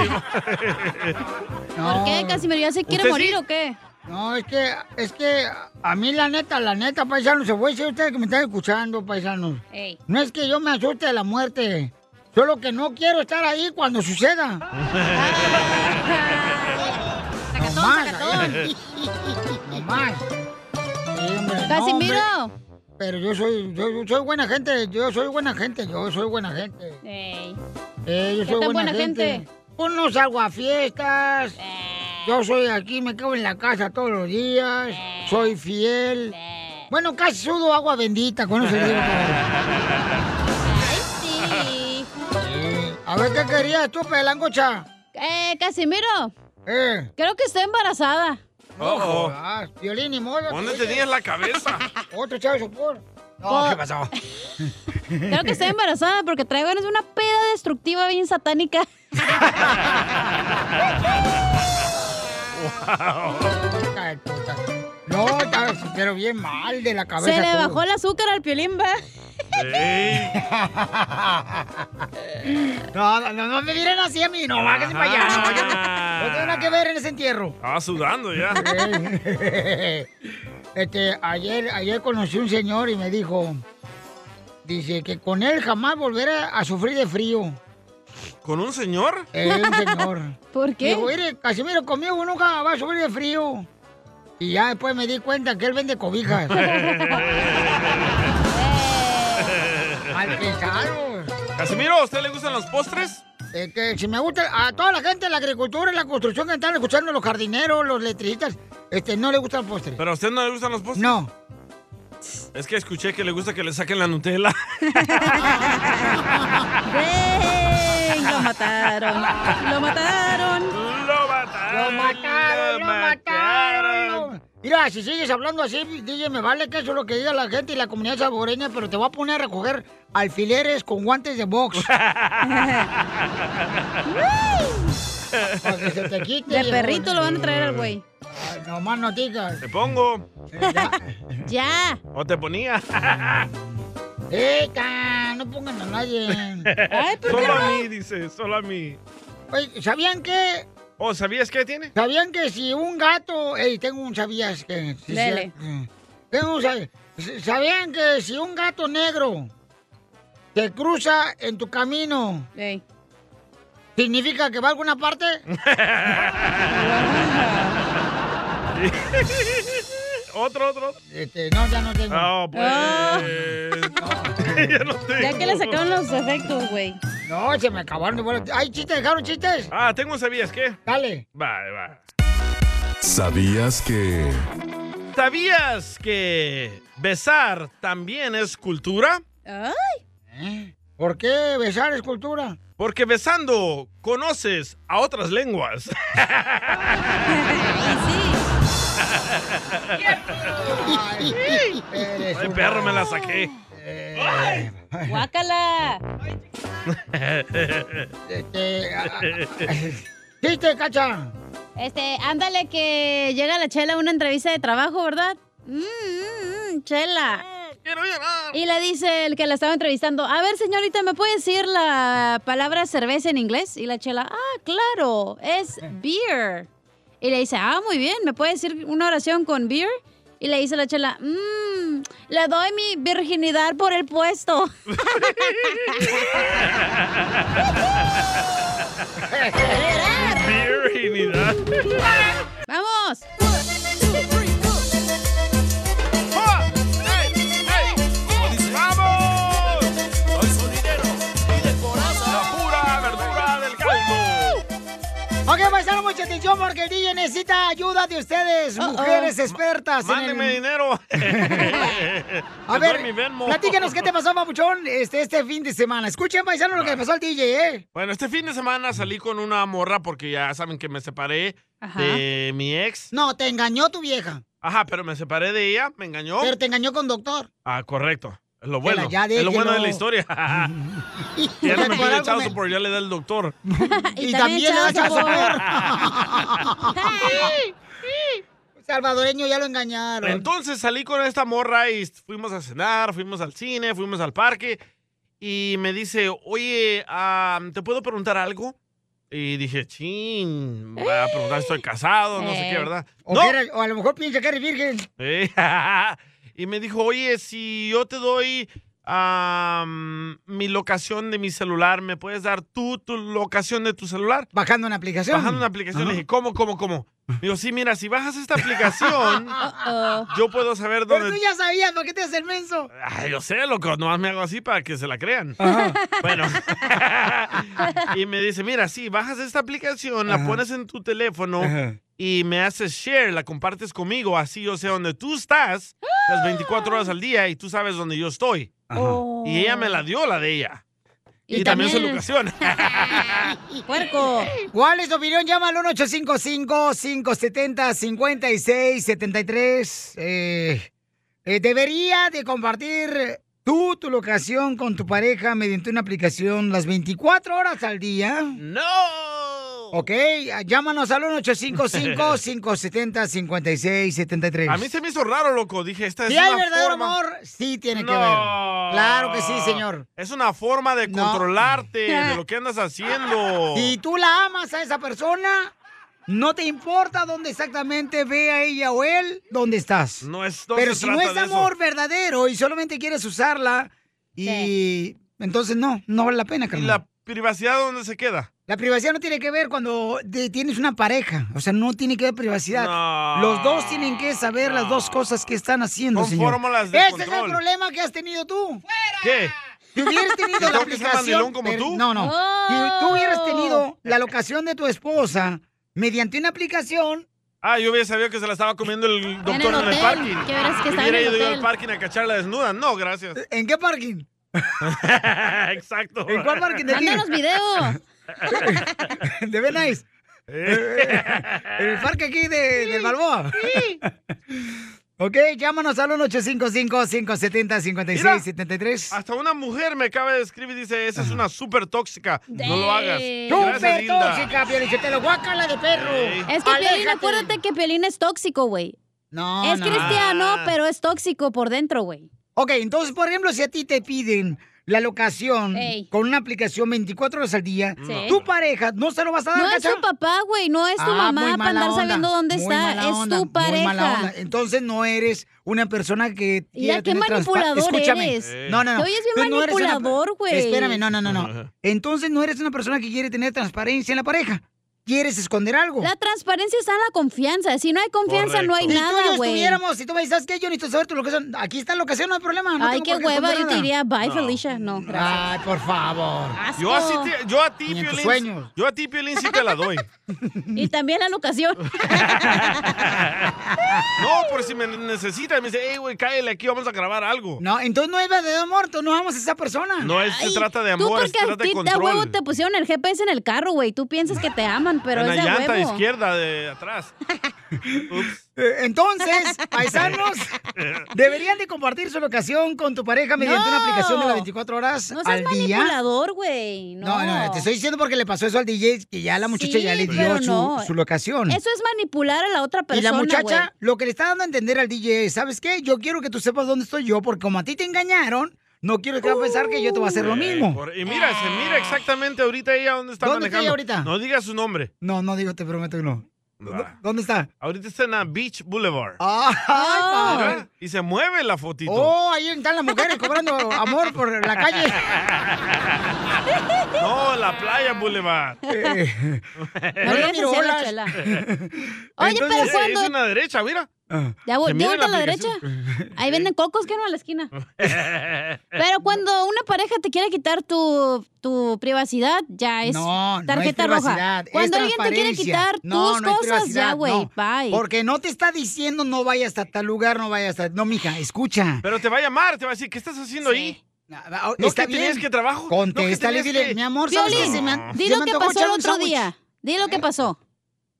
S3: ¿Por qué, Casimiro? ¿Ya se quiere
S1: ¿Usted
S3: morir
S1: sí?
S3: o qué?
S1: No, es que, es que a mí la neta, la neta, paisanos, se voy a decir a ustedes que me están escuchando, paisanos.
S3: Ey.
S1: No es que yo me asuste de la muerte, solo que no quiero estar ahí cuando suceda.
S3: Ah, Sacatón,
S1: más,
S3: sacatón.
S1: ahí. No más. Sí, eh, hombre, no,
S3: Casimiro.
S1: hombre. Pero yo soy, yo, yo soy buena gente, yo soy buena gente, yo soy buena gente.
S3: Ey.
S1: Eh, yo
S3: ¿Qué
S1: soy
S3: tan
S1: buena,
S3: buena
S1: gente.
S3: gente? Eh.
S1: Pues no salgo a fiestas. Yo soy aquí, me quedo en la casa todos los días.
S3: Eh.
S1: Soy fiel. Bueno, casi sudo agua bendita, con eso digo
S3: Sí.
S1: todo. A ver, ¿qué querías tú, pelangocha?
S3: Eh, Casimiro.
S1: Eh.
S3: Creo que está embarazada.
S2: Ojo.
S1: Ah, violín y moda.
S2: ¿Dónde tenías la cabeza?
S1: Ah, Otro chavo sopor.
S3: Por-
S1: pasó?
S3: Creo que está embarazada porque trae ganas de una peda destructiva bien satánica.
S1: Hija de puta. No, está- pero bien mal de la cabeza.
S3: Se le
S1: todo.
S3: bajó el azúcar al piolín, va.
S1: No, no, no, no me miren así a mí, no, háganse para allá. No, yo no, no tengo nada que ver en ese entierro.
S2: Estaba sudando ya.
S1: Este, ayer, ayer conocí un señor y me dijo, dice que con él jamás volveré a sufrir de frío.
S2: ¿Con un señor?
S1: Eh, un señor.
S3: ¿Por
S1: qué? Digo, mire, Casimiro, conmigo nunca va a subir de frío. Y ya después me di cuenta que él vende cobijas. Mal pensado.
S2: Casimiro, ¿a usted le gustan los postres?
S1: Eh, que si me gusta, a toda la gente de la agricultura y la construcción que están escuchando, los jardineros, los letristas, este, no le gusta el postre.
S2: ¿Pero a usted no le gustan los postres?
S1: No.
S2: Es que escuché que le gusta que le saquen la Nutella.
S3: ¡Ven! Lo mataron. Lo mataron.
S2: Lo mataron.
S1: Lo mataron, lo mataron. lo- Mira, si sigues hablando así, DJ, me vale que eso es lo que diga la gente y la comunidad saboreña, pero te voy a poner a recoger alfileres con guantes de box. Para que se te quite.
S3: De perrito lo van a traer al güey.
S1: Ay, No más no digas.
S2: Te pongo.
S3: Ya.
S2: ¿O te ponía?
S1: ¡Eca! No pongan a nadie.
S2: solo a mí, dice, solo a mí.
S1: Oye, ¿sabían qué?
S2: ¿O Oh, sabías qué tiene?
S1: ¿Sabían que si un gato... Ey, tengo un sabías que... si- si-
S3: Dele.
S1: Tengo un sab- ¿Sabían que si un gato negro te cruza en tu camino, significa que va a alguna parte?
S2: otro, otro.
S1: Este, no, ya no tengo.
S2: No, pues.
S3: Ah.
S2: ya no tengo.
S3: Ya que le sacaron los efectos, güey.
S1: No, se me acabaron de volar. ¡Ay, chistes! ¿Dejaron chistes?
S2: Ah, tengo un sabías qué.
S1: Dale.
S2: Vale, vale.
S4: ¿Sabías que...
S2: ¿Sabías que besar también es cultura?
S1: Ay. ¿Eh? ¿Por qué besar es cultura?
S2: Porque besando conoces a otras lenguas.
S1: Ay, eres
S2: Ay,
S1: un-
S2: perro, me la saqué.
S3: ¡Guácala!
S1: Este, a- a- ¡Chiste, cacha!
S3: Este, ándale que llega la chela a una entrevista de trabajo, ¿verdad? Mm, mm, mm, chela.
S2: Quiero llorar.
S3: Y le dice el que la estaba entrevistando, a ver señorita, ¿me puede decir la palabra cerveza en inglés? Y la chela, ah, claro, es beer. Y le dice, ah, muy bien, ¿me puede decir una oración con beer? Y le dice la chela, mmm, le doy mi virginidad por el puesto.
S2: Virginidad.
S3: ¡Vamos!
S2: ¡Vamos! Soy sonidero y de corazón. La pura verdura del caldo.
S1: Ok, pasaron mucha atención porque el DJ necesita ayuda de ustedes, mujeres expertas. en el-
S2: Mándenme dinero.
S1: A
S2: a
S1: ver, platícanos qué te pasó, Mapuchón, este, este fin de semana. Escuchen, paisano, lo que le pasó al DJ, ¿eh?
S2: Bueno, este fin de semana salí con una morra porque ya saben que me separé
S1: Ajá.
S2: de mi ex.
S1: No, te engañó tu vieja,
S2: Ajá, pero me separé de ella, me engañó.
S1: pero te engañó con doctor.
S2: Ah, correcto. Es lo
S1: Chela,
S2: bueno.
S1: ya
S2: es lo bueno de
S1: déjelo.
S2: la historia. ya no
S1: Por
S2: me pide
S1: algo
S2: chavo
S1: me-
S2: por ya le da el doctor.
S1: Y, también le da
S3: echaba
S1: sabor. Salvadoreño ya lo engañaron.
S2: Entonces salí con esta morra y fuimos a cenar, fuimos al cine, fuimos al parque. Y me dice, oye, ah, ¿te puedo preguntar algo? Y dije, chin, me va a preguntar si estoy casado, no sé
S1: Eh.
S2: qué, ¿verdad?
S1: O,
S2: no.
S1: que eres- o a lo mejor piensa que eres virgen.
S2: Sí. y me dijo, oye, si yo te doy am, mi locación de mi celular, ¿me puedes dar tú tu locación de tu celular?
S1: Bajando una aplicación.
S2: Bajando una aplicación.
S1: Ajá.
S2: Le dije, ¿cómo, cómo, cómo? Me dijo, sí, mira, si bajas esta aplicación, yo puedo saber
S1: Pero
S2: dónde...
S1: tú ya sabías, ¿por qué te haces el menso?
S2: Ay, yo sé, loco, nomás me hago así para que se la crean. Bueno. y me dice, mira, sí, bajas esta aplicación, la pones en tu teléfono
S1: Ajá.
S2: y me haces share, la compartes conmigo, así yo sé dónde tú estás las 24 horas al día y tú sabes dónde yo estoy. Y ella me la dio, la de ella. Y, también, su locación.
S3: ¡Puerco!
S1: ¿Cuál es tu opinión? Llama al 1-855-570-5673. Eh, eh, debería de compartir tú tu locación con tu pareja mediante una aplicación las 24 horas al día.
S2: ¡No!
S1: Ok, llámanos al 1-855-570-5673.
S2: A mí se me hizo raro, loco. Dije, esta es
S1: Si hay
S2: una
S1: verdadero
S2: forma...
S1: amor, sí tiene que
S2: No.
S1: ver. Claro que sí, señor.
S2: Es una forma de
S1: No.
S2: controlarte, de lo que andas haciendo.
S1: Si tú la amas a esa persona, no te importa dónde exactamente vea ella o él, dónde estás.
S2: No es, Pues, no
S1: Pero
S2: se
S1: si no
S2: trata
S1: es
S2: de eso.
S1: amor verdadero y solamente quieres usarla, y entonces no, no vale la pena, carnal.
S2: ¿Privacidad dónde se queda?
S1: La privacidad no tiene que ver cuando te- tienes una pareja. O sea, no tiene que ver privacidad.
S2: No.
S1: Los dos tienen que saber las dos cosas que están haciendo,
S2: Son
S1: señor.
S2: fórmulas de
S1: Ese es el
S2: control.
S1: problema que has tenido tú.
S2: ¿Qué?
S1: Si hubieras tenido la
S2: ¿Tengo que ser
S1: aplicación...
S2: mandilón como
S1: per-
S2: tú?
S1: No, no.
S2: Oh.
S1: Si tú hubieras tenido la locación de tu esposa mediante una aplicación...
S2: Ah, yo hubiera sabido que se la estaba comiendo el doctor en el,
S1: hotel,
S2: parking.
S1: que verás que
S2: Yo
S1: estaba en
S2: hubiera
S1: el
S2: ido yo
S1: hotel.
S2: al parking a cacharla desnuda. No, gracias.
S1: ¿En qué parking?
S2: Exacto.
S1: ¿En cuál parking de aquí?
S2: Mándanos
S1: de Ben Nice.
S2: Eh.
S1: En el parque aquí de, del Balboa. Ok, llámanos al 1-855-570-5673.
S2: Hasta una mujer me acaba de escribir y dice, esa es una súper tóxica. No lo hagas. Gracias,
S1: Súper
S2: Linda.
S1: tóxica, Piolichotelo. Guácala de perro.
S3: Es que Piolín,
S1: Aléjate.
S3: acuérdate que Piolín es tóxico, güey.
S1: No,
S3: Es
S1: no.
S3: cristiano,
S1: Ah.
S3: pero es tóxico por dentro, güey.
S1: Ok, entonces, por ejemplo, si a ti te piden la locación
S3: Ey.
S1: con una aplicación 24 horas al día,
S3: Sí.
S1: tu pareja no se lo vas a dar,
S3: No es
S1: ¿cacha?
S3: tu papá, güey, no es tu
S1: Ah, muy
S3: mamá para
S1: mala
S3: andar
S1: onda,
S3: sabiendo dónde
S1: muy
S3: está,
S1: mala
S3: es
S1: onda,
S3: tu
S1: muy mala
S3: pareja.
S1: onda. Entonces no eres una persona que...
S3: Mira,
S1: quiera
S3: qué
S1: tener transpa-
S3: manipulador
S1: Escúchame. Eh.
S3: eres.
S1: No, no, no.
S3: Te oyes bien
S1: Entonces, no eres una-
S3: manipulador, güey.
S1: Espérame, no, no, no, no. Entonces no eres una persona que quiere tener transparencia en la pareja. ¿Quieres esconder algo?
S3: La transparencia está en la confianza. Si no hay confianza, no hay
S1: Si tú y yo
S3: nada, güey.
S1: estuviéramos, si tú me dices, "¿Sabes qué? Yo necesito saber tu locación. Aquí está la locación, no hay problema. Ah, no
S3: Ay,
S1: tengo
S3: qué
S1: por qué Ah.
S3: hueva,
S1: esconder
S3: yo te
S1: nada".
S3: diría, bye, Felicia. No, gracias.
S1: Ay, por favor.
S2: Yo, así te- yo a ti,
S1: Ni en tus
S2: Piolín,
S1: sueños.
S2: yo a ti, Piolín, sí te la doy.
S3: Y también la locación.
S2: No, por si me necesita. Me dice, hey, güey, cállale aquí, vamos a grabar algo.
S1: No, entonces no es verdadero amor, tú no amas a esa persona.
S2: No, es- se
S3: Ay,
S2: trata de
S3: Tú
S2: amor, se
S3: porque a
S2: trata de
S3: ti de huevo
S2: control.
S3: te pusieron el GPS en el carro, güey. Tú piensas que te aman, pero
S2: en
S3: es
S2: la
S3: de
S2: llanta
S3: huevo.
S2: izquierda de atrás. Ups.
S1: Eh, Entonces, paisanos, deberían de compartir su locación con tu pareja mediante
S3: No.
S1: una aplicación de las 24 horas
S3: No seas
S1: al día.
S3: manipulador, güey. No.
S1: No, no, te estoy diciendo porque le pasó eso al DJ, que ya la muchacha
S3: Sí,
S1: ya le
S3: pero
S1: dio su,
S3: no.
S1: su locación.
S3: Eso es manipular a la otra persona.
S1: y la muchacha
S3: güey.
S1: lo que le está dando a entender al DJ, es, ¿sabes qué? Yo quiero que tú sepas dónde estoy yo, porque como a ti te engañaron, no quiero que vas a pensar que yo te voy a hacer lo
S2: Eh,
S1: mismo.
S2: por- y mira, se mira exactamente ahorita ella dónde está
S1: ¿Dónde está
S2: manejando.
S1: ella ahorita?
S2: No diga su nombre.
S1: No, no digo, te prometo que no. ¿Dónde está? Ah,
S2: Ahorita está en la Beach Boulevard.
S1: ¡Ay, padre!
S2: Mira, Y se mueve la fotito.
S1: Oh, ahí están las mujeres cobrando amor por la calle.
S2: No, Oh, la playa Boulevard.
S1: Eh,
S3: No le hagas así a la
S1: Mirolas.
S3: chela. Oye,
S2: Entonces,
S3: pero
S2: es-
S3: cuando-
S2: Es una derecha, mira.
S1: Ah.
S3: Ya, voy,
S2: Se
S3: ya
S2: mira
S3: voltea a la derecha.
S2: aplicación.
S3: Ahí venden cocos que no a la esquina. Pero cuando una pareja te quiere quitar tu, tu privacidad, ya es
S1: No, no hay
S3: tarjeta roja.
S1: privacidad, es
S3: Cuando alguien te quiere
S1: transparencia.
S3: quitar
S1: No,
S3: tus
S1: no hay
S3: cosas, ya,
S1: privacidad,
S3: güey,
S1: no.
S3: bye.
S1: Porque no te está diciendo no vayas hasta tal lugar, no vayas hasta... No, mija, escucha.
S2: Pero te va a llamar, te va a decir, ¿qué estás haciendo ahí?
S1: No,
S2: ¿No
S1: está
S2: que tenías
S1: bien.
S2: que trabajo?
S1: Contéstale,
S2: ¿No que
S1: dile,
S2: tenías que-
S1: mi amor, ¿sabes qué?
S3: Violín,
S1: Se me an-
S3: di
S1: se
S3: lo
S1: me
S3: que
S1: antojó
S3: pasó
S1: echar
S3: el
S1: un
S3: otro
S1: sándwich. ¿Eh?
S3: día. Di lo que pasó.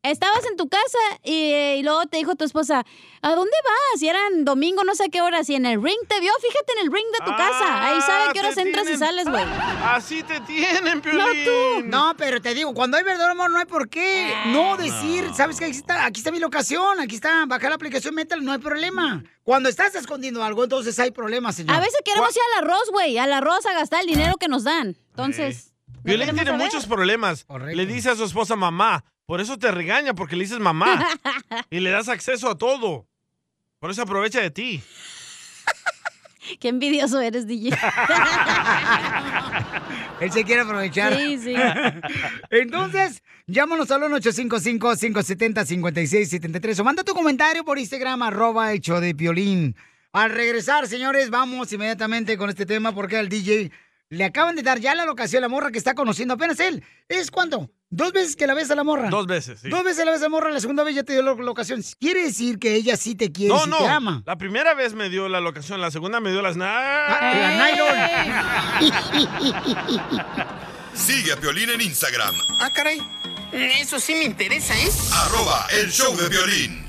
S3: Estabas en tu casa y, eh, y luego te dijo tu esposa, ¿a dónde vas? Y eran domingo, no sé qué horas, y en el ring te vio, fíjate en el ring de tu
S1: Ah,
S3: casa. Ahí sabe a qué
S2: te
S3: horas entras y
S2: tienen-
S3: sales, güey.
S2: Así te tienen,
S1: No
S2: Piolín.
S1: tú. No, pero te digo, cuando hay verdadero amor no hay por qué
S3: Ah.
S1: no decir, ¿sabes qué? Aquí está, aquí está mi locación, aquí está, baja la aplicación, métela, no hay problema. Cuando estás escondiendo algo, entonces hay problemas, señor.
S3: A veces queremos ir al arroz, güey, al arroz a gastar el dinero que nos dan. Entonces,
S2: Violín
S3: queremos
S2: tiene
S3: saber.
S2: muchos problemas. Le dice a su esposa mamá. Por eso te regaña, porque le dices mamá. y le das acceso a todo. Por eso aprovecha de ti.
S3: qué envidioso eres, DJ.
S1: Él se quiere aprovechar.
S3: Sí, sí.
S1: Entonces, llámanos al 1-855-570-5673 o manda tu comentario por Instagram, arroba hecho de violín. Al regresar, señores, vamos inmediatamente con este tema porque al DJ le acaban de dar ya la locación a la morra que está conociendo apenas él. ¿Es cuánto? ¿Dos veces que la ves a la morra?
S2: Dos veces, sí.
S1: Dos veces la ves a la morra, la segunda vez ya te dio la locación. Quiere decir que ella sí te quiere,
S2: No,
S1: sí
S2: no.
S1: te ama.
S2: La primera vez me dio la locación, la segunda me dio las... na-
S1: Ah, La nylon.
S4: Sigue a Piolín en Instagram,
S13: Ah, caray. Eso sí me interesa, ¿eh?
S4: arroba el show de violín.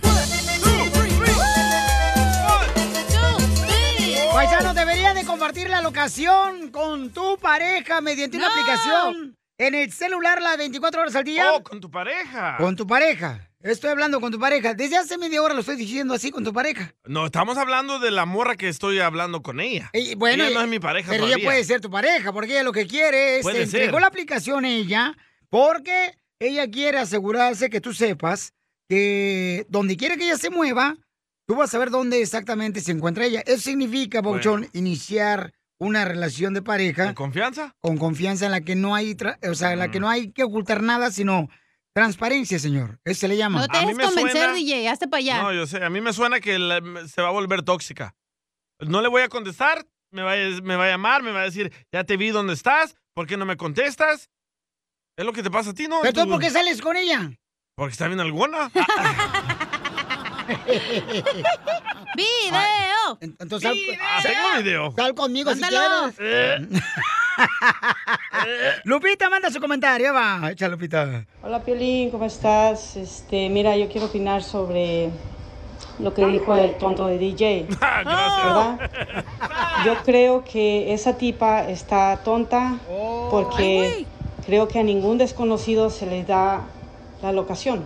S1: Paisano, debería de compartir la locación con tu pareja mediante una
S2: No.
S1: aplicación en el celular las 24 horas al día.
S2: Oh, con tu pareja.
S1: Con tu pareja. Estoy hablando con tu pareja. Desde hace media hora lo estoy diciendo así con tu pareja.
S2: No, estamos hablando de la morra que estoy hablando con ella.
S1: Y bueno,
S2: ella no
S1: eh,
S2: es mi pareja
S1: Pero
S2: todavía.
S1: ella puede ser tu pareja, porque ella lo que quiere es...
S2: Puede
S1: se entregó
S2: ser.
S1: la aplicación ella porque ella quiere asegurarse que tú sepas que donde quiera que ella se mueva, tú vas a saber dónde exactamente se encuentra ella. Eso significa, Bouchón, iniciar una relación de pareja. ¿Con
S2: confianza? Mm.
S1: Con confianza en la que no hay, tra- o sea, en la que no hay que ocultar nada, sino transparencia, señor. Eso se le llama.
S3: No te dejes convencer, DJ, hazte para allá.
S2: No, yo sé. A mí me suena que la- me- se va a volver tóxica. No le voy a contestar. Me va a, me va a llamar, me va a decir, ya te vi dónde estás. ¿Por qué no me contestas? Es lo que te pasa a ti, ¿no?
S1: ¿Pero tú
S2: Tú-
S1: por qué sales con ella?
S2: Porque está bien alguna.
S3: ¡Video!
S1: Ah, Entonces,
S2: Video. Tengo un video. Eh.
S1: Sal conmigo
S3: Mándalo.
S1: si quieres. Lupita, manda su comentario, va. Ah, Echa, Lupita.
S16: Hola Piolín, ¿cómo estás? Este, mira, yo quiero opinar sobre lo que dijo el tonto de DJ. ¿Verdad? Yo creo que esa tipa está tonta porque creo que a ningún desconocido se le da la locación.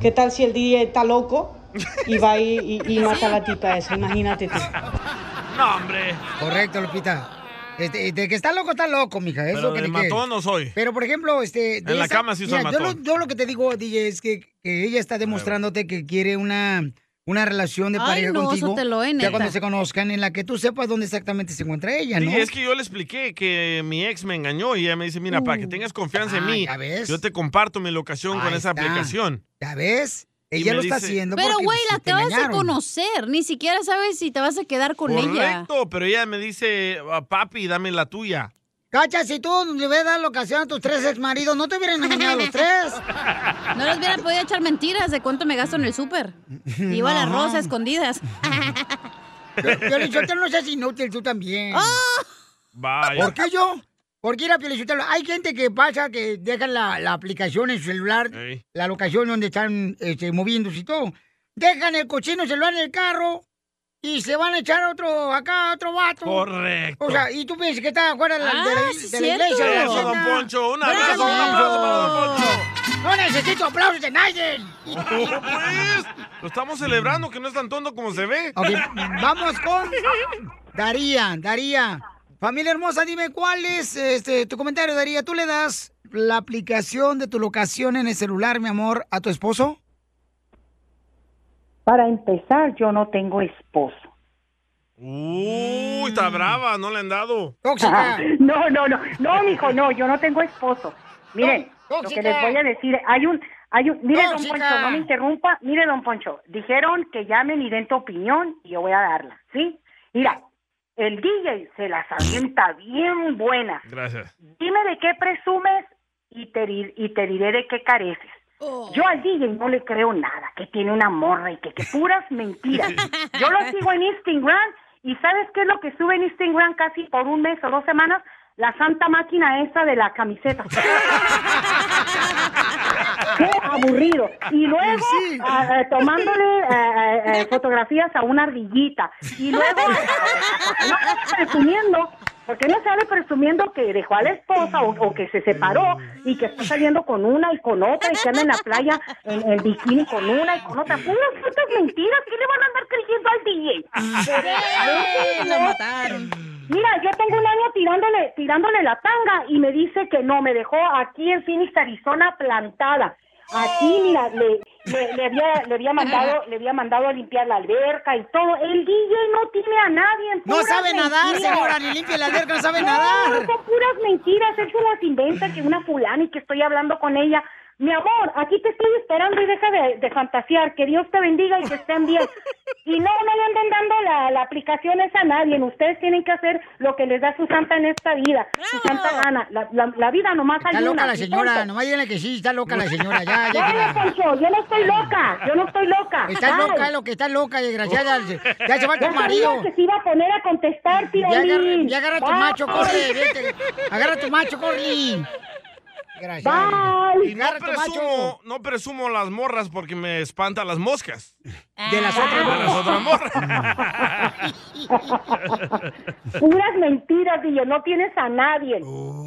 S16: ¿Qué tal si el DJ está loco y va y, y- y mata a la tipa esa? Imagínate tú.
S2: No, hombre.
S1: Correcto, Lupita. Este, de que está loco, está loco, mija. Es
S2: Pero
S1: lo que
S2: de
S1: te quiero.
S2: matón no soy.
S1: Pero, por ejemplo, este... de
S2: En la cama sí soy
S1: mira, yo, lo,
S2: matón.
S1: yo lo que te digo, DJ, es que, que ella está demostrándote que quiere una, una relación de
S3: Ay,
S1: pareja
S3: no,
S1: contigo.
S3: sótelo, eh,
S1: ya
S3: neta.
S1: cuando se conozcan, en la que tú sepas dónde exactamente se encuentra ella, ¿no?
S2: Sí, es que yo le expliqué que mi ex me engañó y ella me dice, mira, para que
S1: Uh.
S2: tengas confianza en
S1: Ah,
S2: mí,
S1: ya ves.
S2: yo te comparto mi locación con
S1: Ahí
S2: esa
S1: está.
S2: aplicación.
S1: ¿Ya ves?
S2: Y
S1: Ella
S2: me
S1: lo está
S2: dice-
S1: haciendo
S3: Pero,
S1: porque,
S3: güey,
S1: pues,
S3: la
S1: te
S3: te vas a
S1: engañaron.
S3: conocer. Ni siquiera sabes si te vas a quedar con ella.
S2: Correcto, pero ella me dice, "Ah, papi, dame la tuya.
S1: Cacha, si tú le hubieras dado la ocasión a tus tres ex maridos, no te hubieran engañado los tres.
S3: No les hubiera podido echar mentiras de cuánto me gasto en el súper. Iba a las
S1: No.
S3: rosas escondidas.
S1: Yo le no seas inútil, tú también.
S2: Vaya.
S1: ¿Por qué yo? Porque ir a Piolichotelo. Hay gente que pasa que dejan la, la aplicación en su celular,
S2: Ey.
S1: la locación donde están este, moviéndose y todo. Dejan el cochino celular en el carro y se van a echar otro acá, otro vato.
S2: Correcto.
S1: O sea, y tú piensas que está afuera de la, de la-
S2: Ah,
S1: de
S2: sí,
S1: la
S2: cierto.
S1: iglesia.
S2: Eso, don Poncho. Un abrazo, un aplauso para don
S1: Poncho. No necesito aplausos de nadie.
S2: Oh, pues, lo estamos celebrando, que no es tan tonto como se ve.
S1: Ok, vamos con Daría, Daría. Familia hermosa, dime cuál es este, tu comentario, Daría. ¿Tú le das la aplicación de tu locación en el celular, mi amor, a tu esposo?
S17: Para empezar, yo no tengo esposo.
S2: Uy, está brava, no le han dado.
S17: No, no, no, no, mijo, no, yo no tengo esposo. Miren,
S2: Tó-
S17: lo que
S2: tóxica.
S17: les voy a decir, hay un, hay un, mire, don
S1: Tóxica.
S17: Poncho, no me interrumpa, mire, don Poncho, dijeron que llamen y den tu opinión y yo voy a darla, ¿sí? Mira, el DJ se las avienta bien buenas.
S2: Gracias.
S17: Dime de qué presumes y te, di- y te diré de qué careces. Yo al DJ no le creo nada, que tiene una morra y que, que puras mentiras. Yo lo sigo en Instagram y ¿sabes qué es lo que sube en Instagram casi por un mes o dos semanas? La santa máquina esa de la camiseta. ¡Qué aburrido! Y luego ah, ah, tomándole ah, ah, ah, fotografías a una ardillita. Y luego eh, no sale presumiendo, porque no sale presumiendo que dejó a la esposa o, o que se separó y que está saliendo con una y con otra y que anda en la playa en, en bikini con una y con otra. Unas putas mentiras, ¿qué le van a andar creyendo al DJ? Por eso,
S3: Sí,
S17: no.
S3: lo mataron.
S17: Mira, yo tengo un año tirándole, tirándole la tanga y me dice que no, me dejó aquí en Phoenix, Arizona, plantada. Aquí, mira, le, le- le había, le había mandado, le había mandado a limpiar la alberca y todo. El DJ no tiene a nadie. en
S1: No
S17: puras
S1: sabe nadar,
S17: mentiras.
S1: señora, ni limpia la alberca, no sabe nadar.
S17: no, son puras mentiras, él se las inventa que una fulana y que estoy hablando con ella. Mi amor, aquí te estoy esperando y deja de, de fantasear, que Dios te bendiga y que estén bien. Y no, no le anden dando la, la aplicación esa a nadie, ustedes tienen que hacer lo que les da su santa en esta vida, su santa gana, la, la- la vida nomás
S1: Está
S17: hay
S1: loca
S17: una,
S1: la
S17: mi
S1: señora,
S17: Poncho.
S1: nomás díganle que sí, está loca la señora, ya,
S17: No,
S1: ya.
S17: no, Poncho, yo no estoy loca, yo no estoy loca.
S1: Está
S17: Ay.
S1: loca, lo que está loca, desgraciada. Ya se va tu
S17: Ya
S1: marido.
S17: sabía que se iba a poner a contestar,
S1: Ya agarra,
S17: Piolín.
S1: ya agarra tu
S17: Bye.
S1: macho, corre, vete. Agarra tu macho, corre. Gracias.
S2: Y no
S1: Agarra tu macho.
S2: presumo, no presumo las morras porque me espantan las moscas.
S1: De las otras
S2: De las
S1: morras.
S2: otras morras.
S17: Puras mentiras, DJ, no tienes a nadie.
S1: No,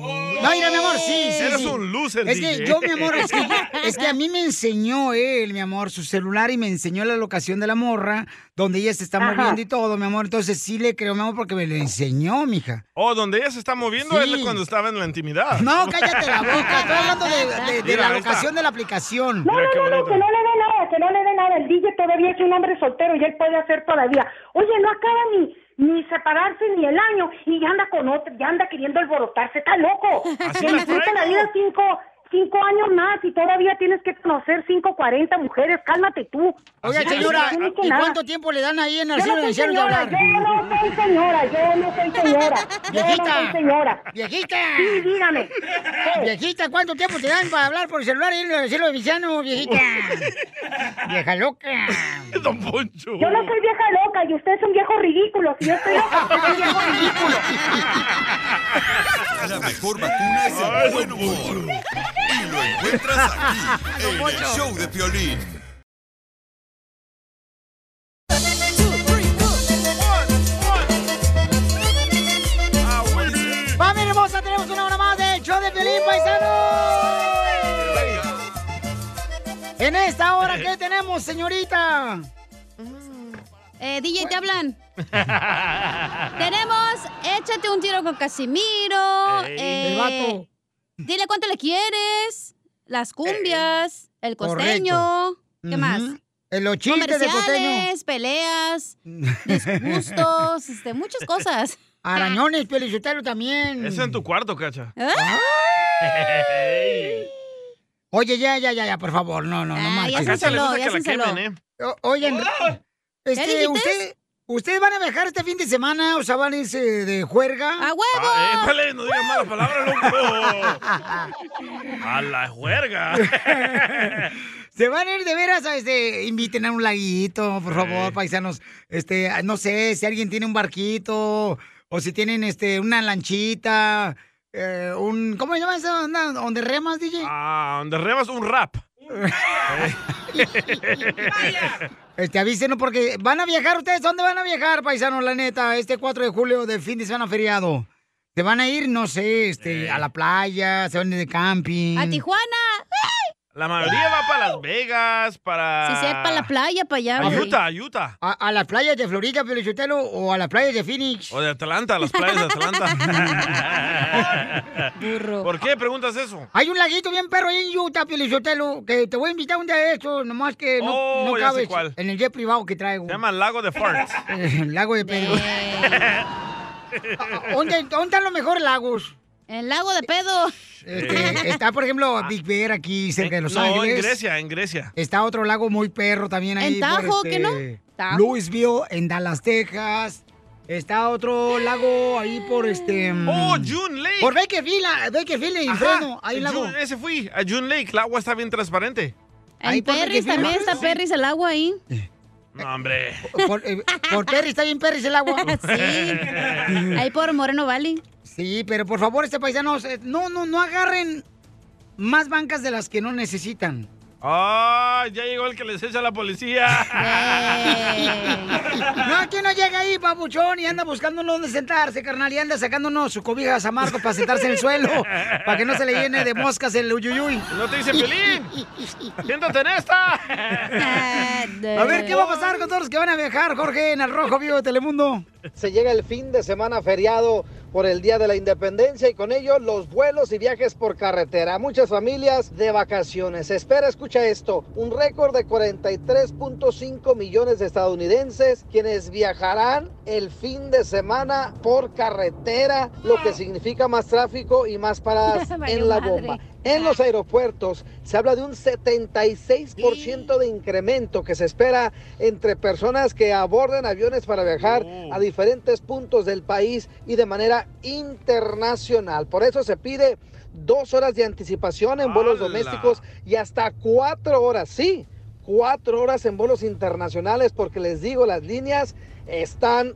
S1: mira, mi amor, sí, sí.
S2: Eres
S1: sí.
S2: un loser,
S1: Es que
S2: DJ.
S1: yo, mi amor, es que, es que a mí me enseñó él, mi amor, su celular y me enseñó la locación de la morra, donde ella se está
S2: Ajá.
S1: moviendo y todo, mi amor. Entonces sí le creo, mi amor, porque me lo enseñó, mija.
S2: O Oh, donde ella se está moviendo
S1: Sí.
S2: es cuando estaba en la intimidad.
S1: No, cállate la boca. Estoy hablando de, de- de la
S2: Mira, ahí está.
S1: locación de la aplicación.
S17: No, no, no, no, que no le dé nada, que no le dé nada. El DJ todavía es un hombre soltero y él puede hacer todavía. Oye, no acaba ni, ni separarse ni el año y ya anda con otro, ya anda queriendo alborotarse, está loco.
S7: Así
S17: Que
S7: la
S17: le cuesta la
S7: traigo.
S17: vida cinco, cinco años más y todavía tienes que conocer cinco, cuarenta mujeres, cálmate tú.
S1: Oiga,
S17: Ya,
S1: señora,
S17: no tienes que
S1: ¿y
S17: nada.
S1: cuánto tiempo le dan ahí en
S17: Yo
S1: el
S17: no
S1: cielo
S17: soy
S1: del cielo de
S17: señora,
S1: hablar?
S17: Yo no soy señora, yo no soy señora. Yo no soy
S1: Viejita.
S17: señora.
S1: Viejita.
S17: Sí, dígame.
S1: Viejita, ¿cuánto tiempo te dan para hablar por celular y en el cielo de Viciano, viejita? Vieja loca.
S2: Don Poncho.
S17: Yo no soy vieja loca y usted es un viejo ridículo. Si yo estoy loca, usted es un viejo ridículo.
S4: La mejor vacuna es el buen humor. Y lo encuentras aquí, en el show de Piolín.
S1: ¡Familia hermosa! Tenemos una hora más de Show de
S2: Uh.
S1: Piolín, Paisano. En esta hora,
S2: Eh.
S1: ¿qué tenemos, señorita?
S3: Eh, DJ, te hablan. Tenemos Échate un tiro con Casimiro.
S7: Ey.
S3: eh,
S7: El vato.
S3: Dile cuánto le quieres. Las cumbias. El costeño. ¿Qué más?
S1: Ujú. En los chistes de costeño.
S3: Comerciales, peleas, disgustos, este, muchas cosas.
S1: Arañones, Pelichotelo también.
S2: Eso en tu cuarto, cacha.
S3: ¿Eh?
S1: Oye, ya, ya, ya, ya, por favor, no, no, no
S2: ya
S1: marches.
S2: sénselo, Cáchale, ya que la sénselo. quemen, ¿eh?
S1: O- Oigan, este,
S2: dijiste?
S1: usted- ustedes van a viajar este fin de semana, o sea, van a irse de juerga. ¡A
S3: huevo!
S2: Ah, épale, no digas malas palabras, loco. A la juerga.
S1: Se van a ir de veras, a, este, inviten a un laguito, por favor, paisanos. Este, no sé, si alguien tiene un barquito, o si tienen este, una lanchita, eh, un. ¿Cómo se llama esa onda? ¿Donde remas, DJ?
S2: Ah, donde rebas un rap.
S1: Este, avísenos porque van a viajar ustedes. ¿Dónde van a viajar, paisanos, la neta? Este 4 de julio de fin de semana feriado. ¿Se van a ir, no sé, este,
S2: Eh.
S1: a la playa? ¿Se van a ir de camping?
S3: A Tijuana. ¡ay!
S2: La mayoría va para Las Vegas, para...
S3: Si sea para la playa, para allá. güey.
S2: A Utah, a Utah.
S1: ¿A, a las playas de Florida, Pelichotelo, o a las playas de Phoenix?
S2: O de Atlanta, las playas de Atlanta.
S3: Burro.
S2: ¿Por qué preguntas eso?
S1: Hay un laguito bien perro ahí en Utah, Pelichotelo, que te voy a invitar un día de estos, nomás que Eh, no,
S2: Oh,
S1: no
S2: ya sé
S1: cabes
S2: cuál.
S1: en el jet privado que traigo.
S2: Se llama Lago de Farts.
S1: El lago de pedo. ¿Dónde, dónde están los mejores lagos?
S3: El lago de pedo.
S1: Este, está, por ejemplo, Big Bear aquí cerca de Los
S2: Eh. Ah. no,
S1: Ángeles.
S2: en Grecia, en Grecia.
S1: Está otro lago muy perro también ahí.
S3: En
S1: por, este,
S3: Tajo, ¿qué no? Tajo.
S1: Louisville, en Dallas, Texas. Está otro lago ahí por este.
S2: Oh,
S1: mm,
S2: June Lake.
S1: Por Bakerfield, ah, Bakerfield y
S2: Ajá,
S1: Fresno. Hay un
S2: en
S1: lago.
S2: June- ese fui, a June Lake. El agua está bien transparente.
S3: En Perris también está Perris el agua ahí.
S2: No, hombre.
S1: Por, eh, por Perry está bien Perris el agua.
S3: Sí. Ahí por Moreno Valley.
S1: Sí, pero por favor, este paisanos, eh, no, no, no agarren más bancas de las que no necesitan.
S2: ¡Ah! ya llegó el que les echa a la policía.
S1: No, aquí no llega ahí, papuchón, y anda buscando dónde sentarse, carnal, y anda sacándonos su cobija a San Marcos para sentarse en el suelo, para que no se le llene de moscas el uyuyuy.
S2: No te dice Pelín. Siéntate en esta.
S1: A ver, ¿qué va a pasar con todos los que van a viajar, Jorge, en el Rojo Vivo de Telemundo?
S5: Se llega el fin de semana feriado por el Día de la Independencia y con ello los vuelos y viajes por carretera. Muchas familias de vacaciones. Espera, escucha esto. Un récord de 43.5 millones de estadounidenses quienes viajarán el fin de semana por carretera, lo que significa más tráfico y más paradas
S7: Ah. Valió
S5: en la
S7: madre.
S5: bomba. En los aeropuertos se habla de un 76% de incremento que se espera entre personas que aborden aviones para viajar a diferentes puntos del país y de manera internacional. Por eso se pide dos horas de anticipación en vuelos
S7: ¡Hala!
S5: domésticos y hasta cuatro horas, sí, cuatro horas en vuelos internacionales porque les digo, las líneas están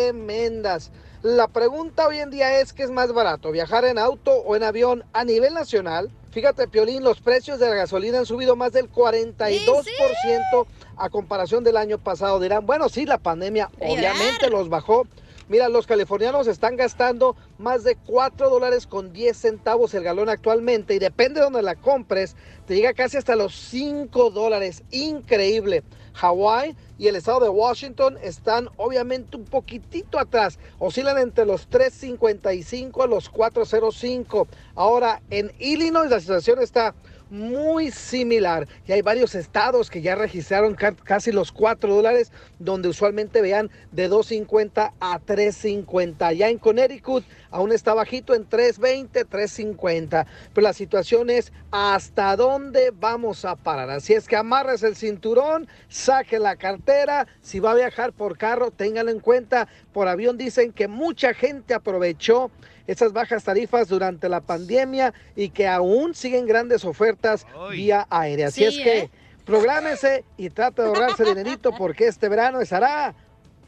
S5: tremendas. La pregunta hoy en día es qué es más barato, viajar en auto o en avión a nivel nacional. Fíjate, Piolín, los precios de la gasolina han subido más del 42% a comparación del año pasado. Dirán, bueno, sí, la pandemia obviamente los bajó. Mira, los californianos están gastando más de 4 dólares con 10 centavos el galón actualmente y depende de donde la compres, te llega casi hasta los 5 dólares. Increíble. Hawái y el estado de Washington están obviamente un poquitito atrás. Oscilan entre los 3.55 a los 4.05. Ahora, en Illinois la situación está muy similar. Y hay varios estados que ya registraron ca- casi los 4 dólares, donde usualmente vean de 2.50 a 3.50. Ya en Connecticut aún está bajito en 3.20, 3.50. Pero la situación es hasta dónde vamos a parar. Así es que amarres el cinturón, saque la cartera. Si va a viajar por carro, téngalo en cuenta. Por avión dicen que mucha gente aprovechó esas bajas tarifas durante la pandemia y que aún siguen grandes ofertas vía aérea. Así
S7: Sí,
S5: es que
S7: ¿eh?
S5: prográmese y trate de ahorrarse dinerito porque este verano estará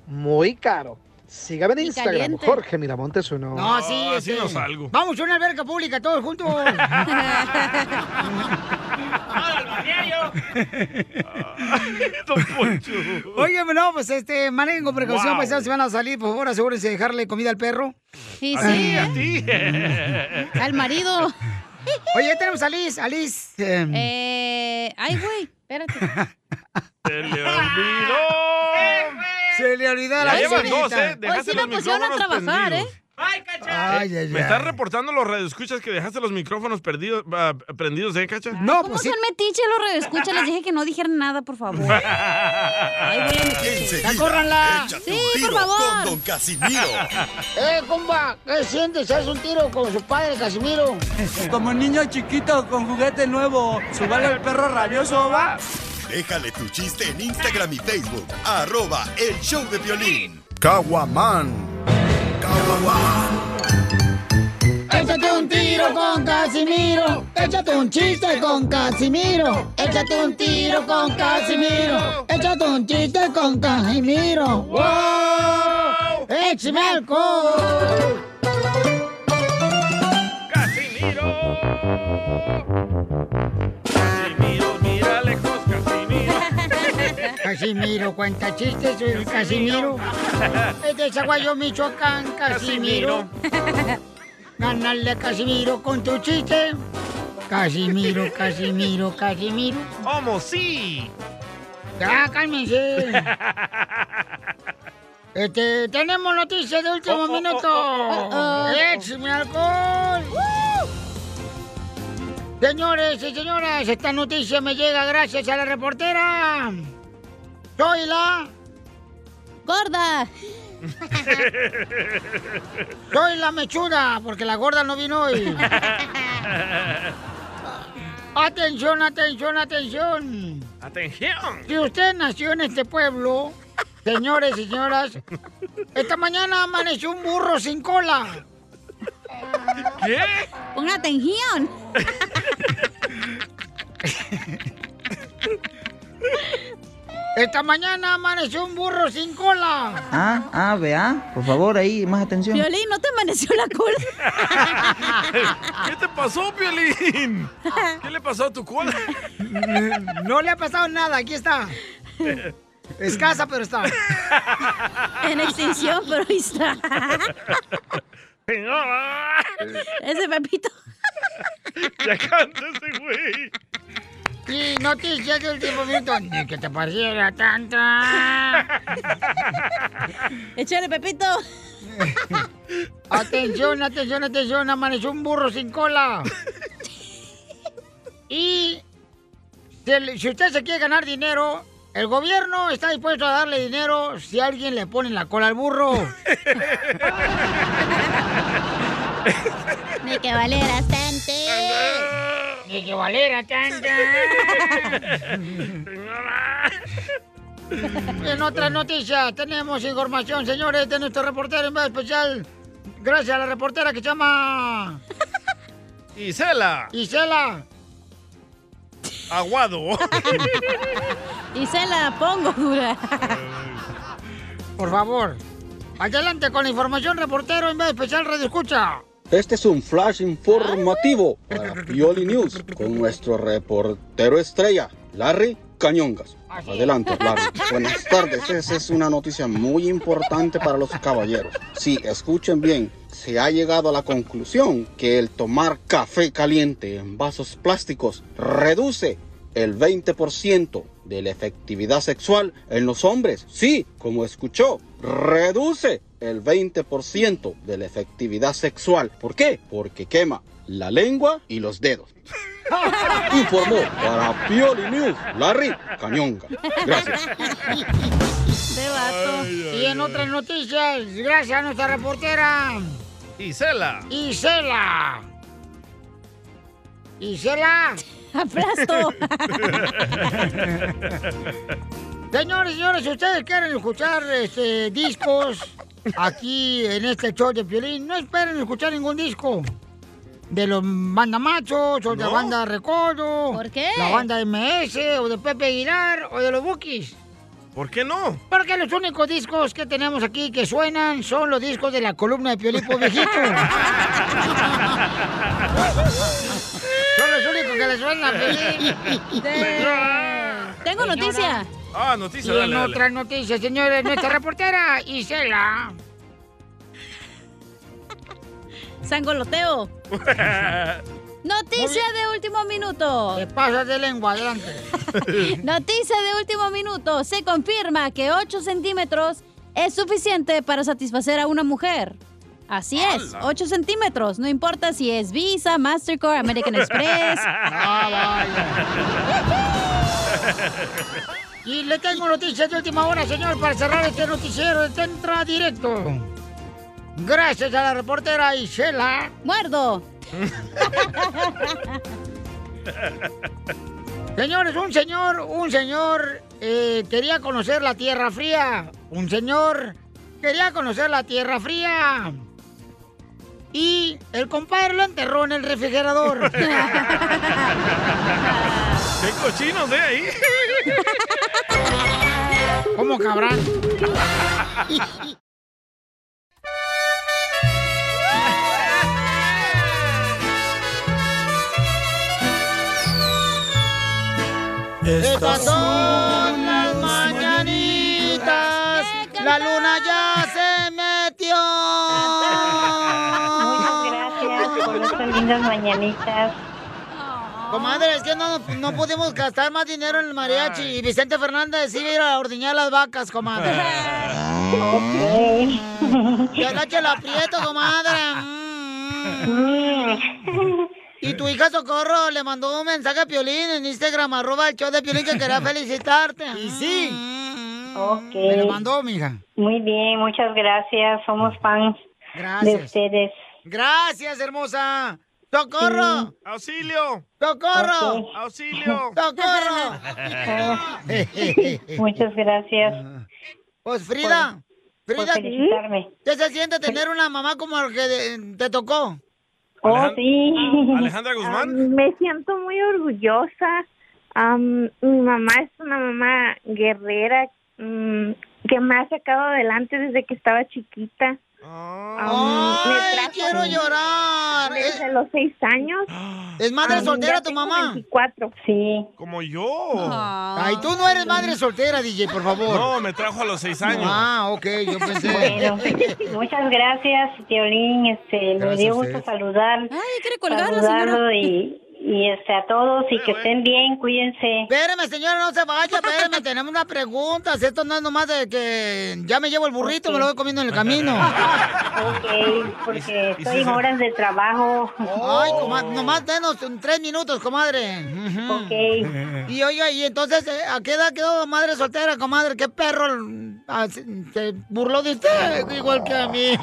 S5: muy caro. Sígame en
S1: Y
S5: Instagram,
S1: caliente.
S5: Jorge Miramontes uno.
S1: No, sí,
S2: Ah,
S1: este, Vamos a una alberca pública todos juntos. Oye, no, pues este, manejen con precaución,
S7: Wow.
S1: paisanos, si van a salir, por favor, asegúrense de dejarle comida al perro. Ah,
S3: Y
S7: A sí, ti, ¿eh? a ti.
S3: Al marido.
S1: Oye, ya tenemos a Liz, a Liz. em,
S3: Eh, ay, güey, espérate.
S2: Se le olvidó.
S1: Se le olvidó
S2: Ya
S1: la
S2: llevan
S1: señorita.
S2: dos, ¿eh? Dejaste los micrófonos prendidos.
S1: Ay, ay,
S2: Eh, Me
S1: ay.
S2: estás reportando los radioescuchas que dejaste los micrófonos perdidos, ah, prendidos, ¿eh, Cacha?
S1: No, pues
S3: ¿Cómo son metiche los reescucha? Les dije que no dijeran nada, por favor.
S4: Enseguida,
S3: Ya córranla.
S4: échate
S3: Sí,
S4: un
S3: por
S4: tiro
S3: favor.
S4: con Don Casimiro.
S7: ¡Eh, compa! ¿Qué sientes? ¿Haz un tiro con su padre, Casimiro? Como niño chiquito con juguete nuevo, subale al perro rabioso, va.
S4: Déjale tu chiste en Instagram y Facebook. Arroba El Show de Violín.
S18: Caguaman.
S7: Échate un tiro con Casimiro. Échate un chiste con Casimiro. Échate un tiro con Casimiro. Échate un chiste con Casimiro. ¡Wow! ¡Échame alcohol!
S1: Casimiro cuenta chistes, soy el Casimiro.
S7: Es de Zaguayo, Michoacán, Casimiro.
S1: Ganarle a Casimiro con tu chiste. Casimiro, Casimiro, Casimiro.
S2: ¿Cómo sí?
S7: Ya, cálmense.
S1: Este, tenemos noticias de
S2: oh,
S1: último minuto.
S7: oh.
S1: Échame alcohol! Señores y señoras, esta noticia me llega gracias a la reportera. Soy la...
S3: Gorda.
S1: Soy la mechuda, porque la gorda no vino hoy. Atención, atención, atención.
S2: Atención.
S1: Si usted nació en este pueblo, señores y señoras, esta mañana amaneció un burro sin cola.
S2: ¿Qué?
S3: Pon atención.
S1: Esta mañana amaneció un burro sin cola.
S19: Ah, ah, vea, por favor, ahí, más atención.
S3: Violín, ¿no te amaneció la cola?
S2: ¿Qué te pasó, Piolín? ¿Qué le pasó a tu cola?
S1: No le ha pasado nada, aquí está. Escasa, pero está.
S3: En extinción, pero ahí está. Ese Pepito.
S2: Ya cántese, güey.
S1: Y noticias de último minuto. Ni que te pareciera tanta.
S3: Échale, Pepito.
S1: Atención, atención, atención. Amaneció un burro sin cola. Y se le- si usted se quiere ganar dinero, el gobierno está dispuesto a darle dinero si alguien le pone la cola al burro.
S3: Ni que valera tanto.
S1: Ni que valera En otras noticias, tenemos información, señores, de nuestro reportero en vez especial. Gracias a la reportera que se llama
S2: Isela.
S1: Isela.
S2: Aguado.
S3: Y se la pongo dura.
S1: Por favor. Adelante con la información, reportero en vez especial, Radio Escucha.
S20: Este es un flash informativo para Pioli News con nuestro reportero estrella, Larry Cañongas. Adelante, Larry. Buenas tardes. Esa es una noticia muy importante para los caballeros. Sí, escuchen bien. Se ha llegado a la conclusión que el tomar café caliente en vasos plásticos reduce el 20% de la efectividad sexual en los hombres. Sí, como escuchó, reduce el 20% de la efectividad sexual. ¿Por qué? Porque quema la lengua y los dedos. Informó para Pioli News, Larry Cañonga. Gracias.
S1: Y en otras noticias, gracias a nuestra reportera.
S2: Isela.
S1: Isela. Isela.
S3: Aplasto.
S1: Señores, señores, si ustedes quieren escuchar este, discos aquí en este show de violín, no esperen escuchar ningún disco. De los bandamachos, o de la
S7: No.
S1: banda Recodo.
S3: ¿Por qué?
S1: La banda MS, o de Pepe Aguilar, o de los Bookies.
S2: ¿Por qué no?
S1: Porque los únicos discos que tenemos aquí que suenan son los discos de la columna de Piolipo Viejito. son los únicos que le suenan a Piolín.
S3: Tengo noticia.
S2: Ah, noticia,
S1: Y
S2: dale,
S1: en
S2: dale.
S1: otras noticias, señores, nuestra reportera Isela.
S3: Sangoloteo. Noticia de último minuto. Te
S1: pasas de lengua, adelante.
S3: Noticia de último minuto. Se confirma que 8 centímetros es suficiente para satisfacer a una mujer. Así es, 8 centímetros. No importa si es Visa, Mastercard, American Express.
S1: Y le tengo noticias de última hora, señor, para cerrar este noticiero. Este entra directo. Gracias a la reportera Isela.
S3: ¡Muerdo!
S1: Señores, un señor, un señor eh, quería conocer la Tierra Fría. Un señor quería conocer la Tierra Fría. Y el compadre lo enterró en el refrigerador.
S2: ¡Qué cochinos, eh! Ahí.
S1: ¿Cómo cabrán?
S7: Estas son
S1: las mañanitas. La luna ya se metió.
S15: Gracias por estas lindas mañanitas.
S1: Comadre, es que no, no podemos gastar más dinero en el mariachi. Y Vicente Fernández iba a ir a ordeñar las vacas, comadre. Y agacha el aprieto, comadre. Mm. Y tu hija Socorro le mandó un mensaje a Piolín en Instagram, arroba el show de Piolín que quería felicitarte. Ah. Y sí.
S15: Me
S1: lo mandó, mija.
S15: Muy bien, muchas gracias. Somos fans de
S1: Gracias.
S15: ustedes.
S1: Gracias, hermosa. ¡Socorro!
S2: ¡Auxilio!
S1: ¡Socorro!
S15: Ok.
S2: ¡Auxilio!
S1: ¡Socorro!
S15: Ah, muchas gracias.
S1: Pues Frida,
S15: Por- por
S1: Frida,
S15: felicitarme.
S1: ¿qué se siente tener una mamá como la que de- te tocó?
S15: Oh, sí.
S2: Alejandra Guzmán.
S15: Am, me siento muy orgullosa. Am, mi mamá es una mamá guerrera mm, que me ha sacado adelante desde que estaba chiquita.
S2: Ah.
S15: Am, me
S1: ¡Ay,
S15: trajo
S1: quiero llorar! Eh.
S15: Desde los seis años.
S1: ¿Es madre
S15: Am,
S1: soltera
S15: ya
S1: tu
S15: tengo
S1: mamá?
S15: 24, sí.
S2: Como yo.
S1: Ay, tú no eres madre soltera, DJ, por favor.
S2: No, me trajo a los seis años.
S1: Ah, ok, yo pensé.
S15: Bueno, muchas gracias, Teolín. Este, me
S2: Gracias
S15: dio
S2: a
S15: gusto
S2: ustedes.
S15: saludar.
S3: colgar la
S15: saludarlo
S3: señora.
S15: y, y este, a todos y que estén bien, cuídense.
S1: Espérame, señora, no se vaya, espérame, tenemos una pregunta. Si esto no es nomás de que ya me llevo el burrito, me lo voy comiendo en el camino.
S15: Ok, porque
S1: y
S15: estoy
S1: si
S15: en
S1: se-
S15: horas de trabajo.
S1: Ay, comadre, nomás denos un- tres minutos, comadre. Ok. Y oiga, y entonces, eh, ¿a qué edad quedó madre soltera, comadre? ¿Qué perro mm, ah, se, se burló de usted? Igual que a mí.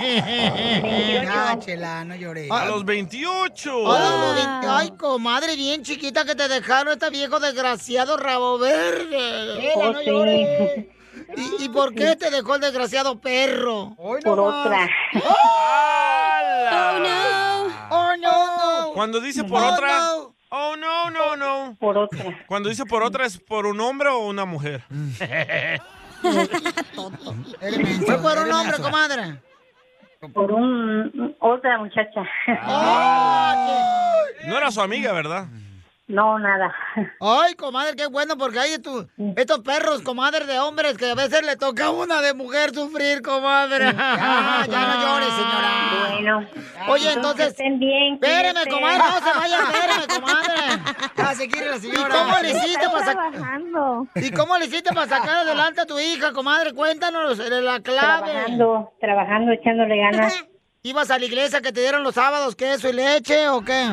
S1: Ah, chela, no lloré.
S2: A los 28.
S15: Ah.
S1: Ay, ay, comadre, bien chiquita que te dejaron este viejo desgraciado rabo verde. Chela, no
S15: Oh, sí.
S1: llores. ¿Y, y por qué te dejó el desgraciado perro?
S15: Por otra.
S1: ¡Oh, no! ¡Oh, no!
S2: Cuando dice por
S1: Oh,
S2: otra.
S1: no.
S2: Oh, no, no, no.
S15: Por otra.
S2: Cuando dice por otra, ¿es por un hombre o una mujer?
S1: Mm. Fue por un hombre, comadre.
S15: Por un, otra muchacha.
S7: Ah,
S8: Oh,
S2: No era su amiga, ¿verdad?
S15: No, nada.
S1: Ay, comadre, qué bueno, porque hay estos, estos perros, comadre, de hombres que a veces le toca a una de mujer sufrir, comadre. Ya, ya no llores, señora.
S15: Bueno.
S1: Oye, entonces.
S15: Estén bien.
S1: Espéreme,
S15: cuídense.
S1: comadre, no se vaya, espéreme, comadre. Va a seguir Ah, la señora. ¿Y cómo le hiciste
S8: pues,
S1: para sacar?
S15: Trabajando.
S1: ¿Y cómo le hiciste para sacar adelante a tu hija, comadre? Cuéntanos eh, la Eh, clave.
S15: Trabajando, trabajando, echándole ganas.
S1: ¿Ibas a la iglesia que te dieron los sábados queso y leche o qué?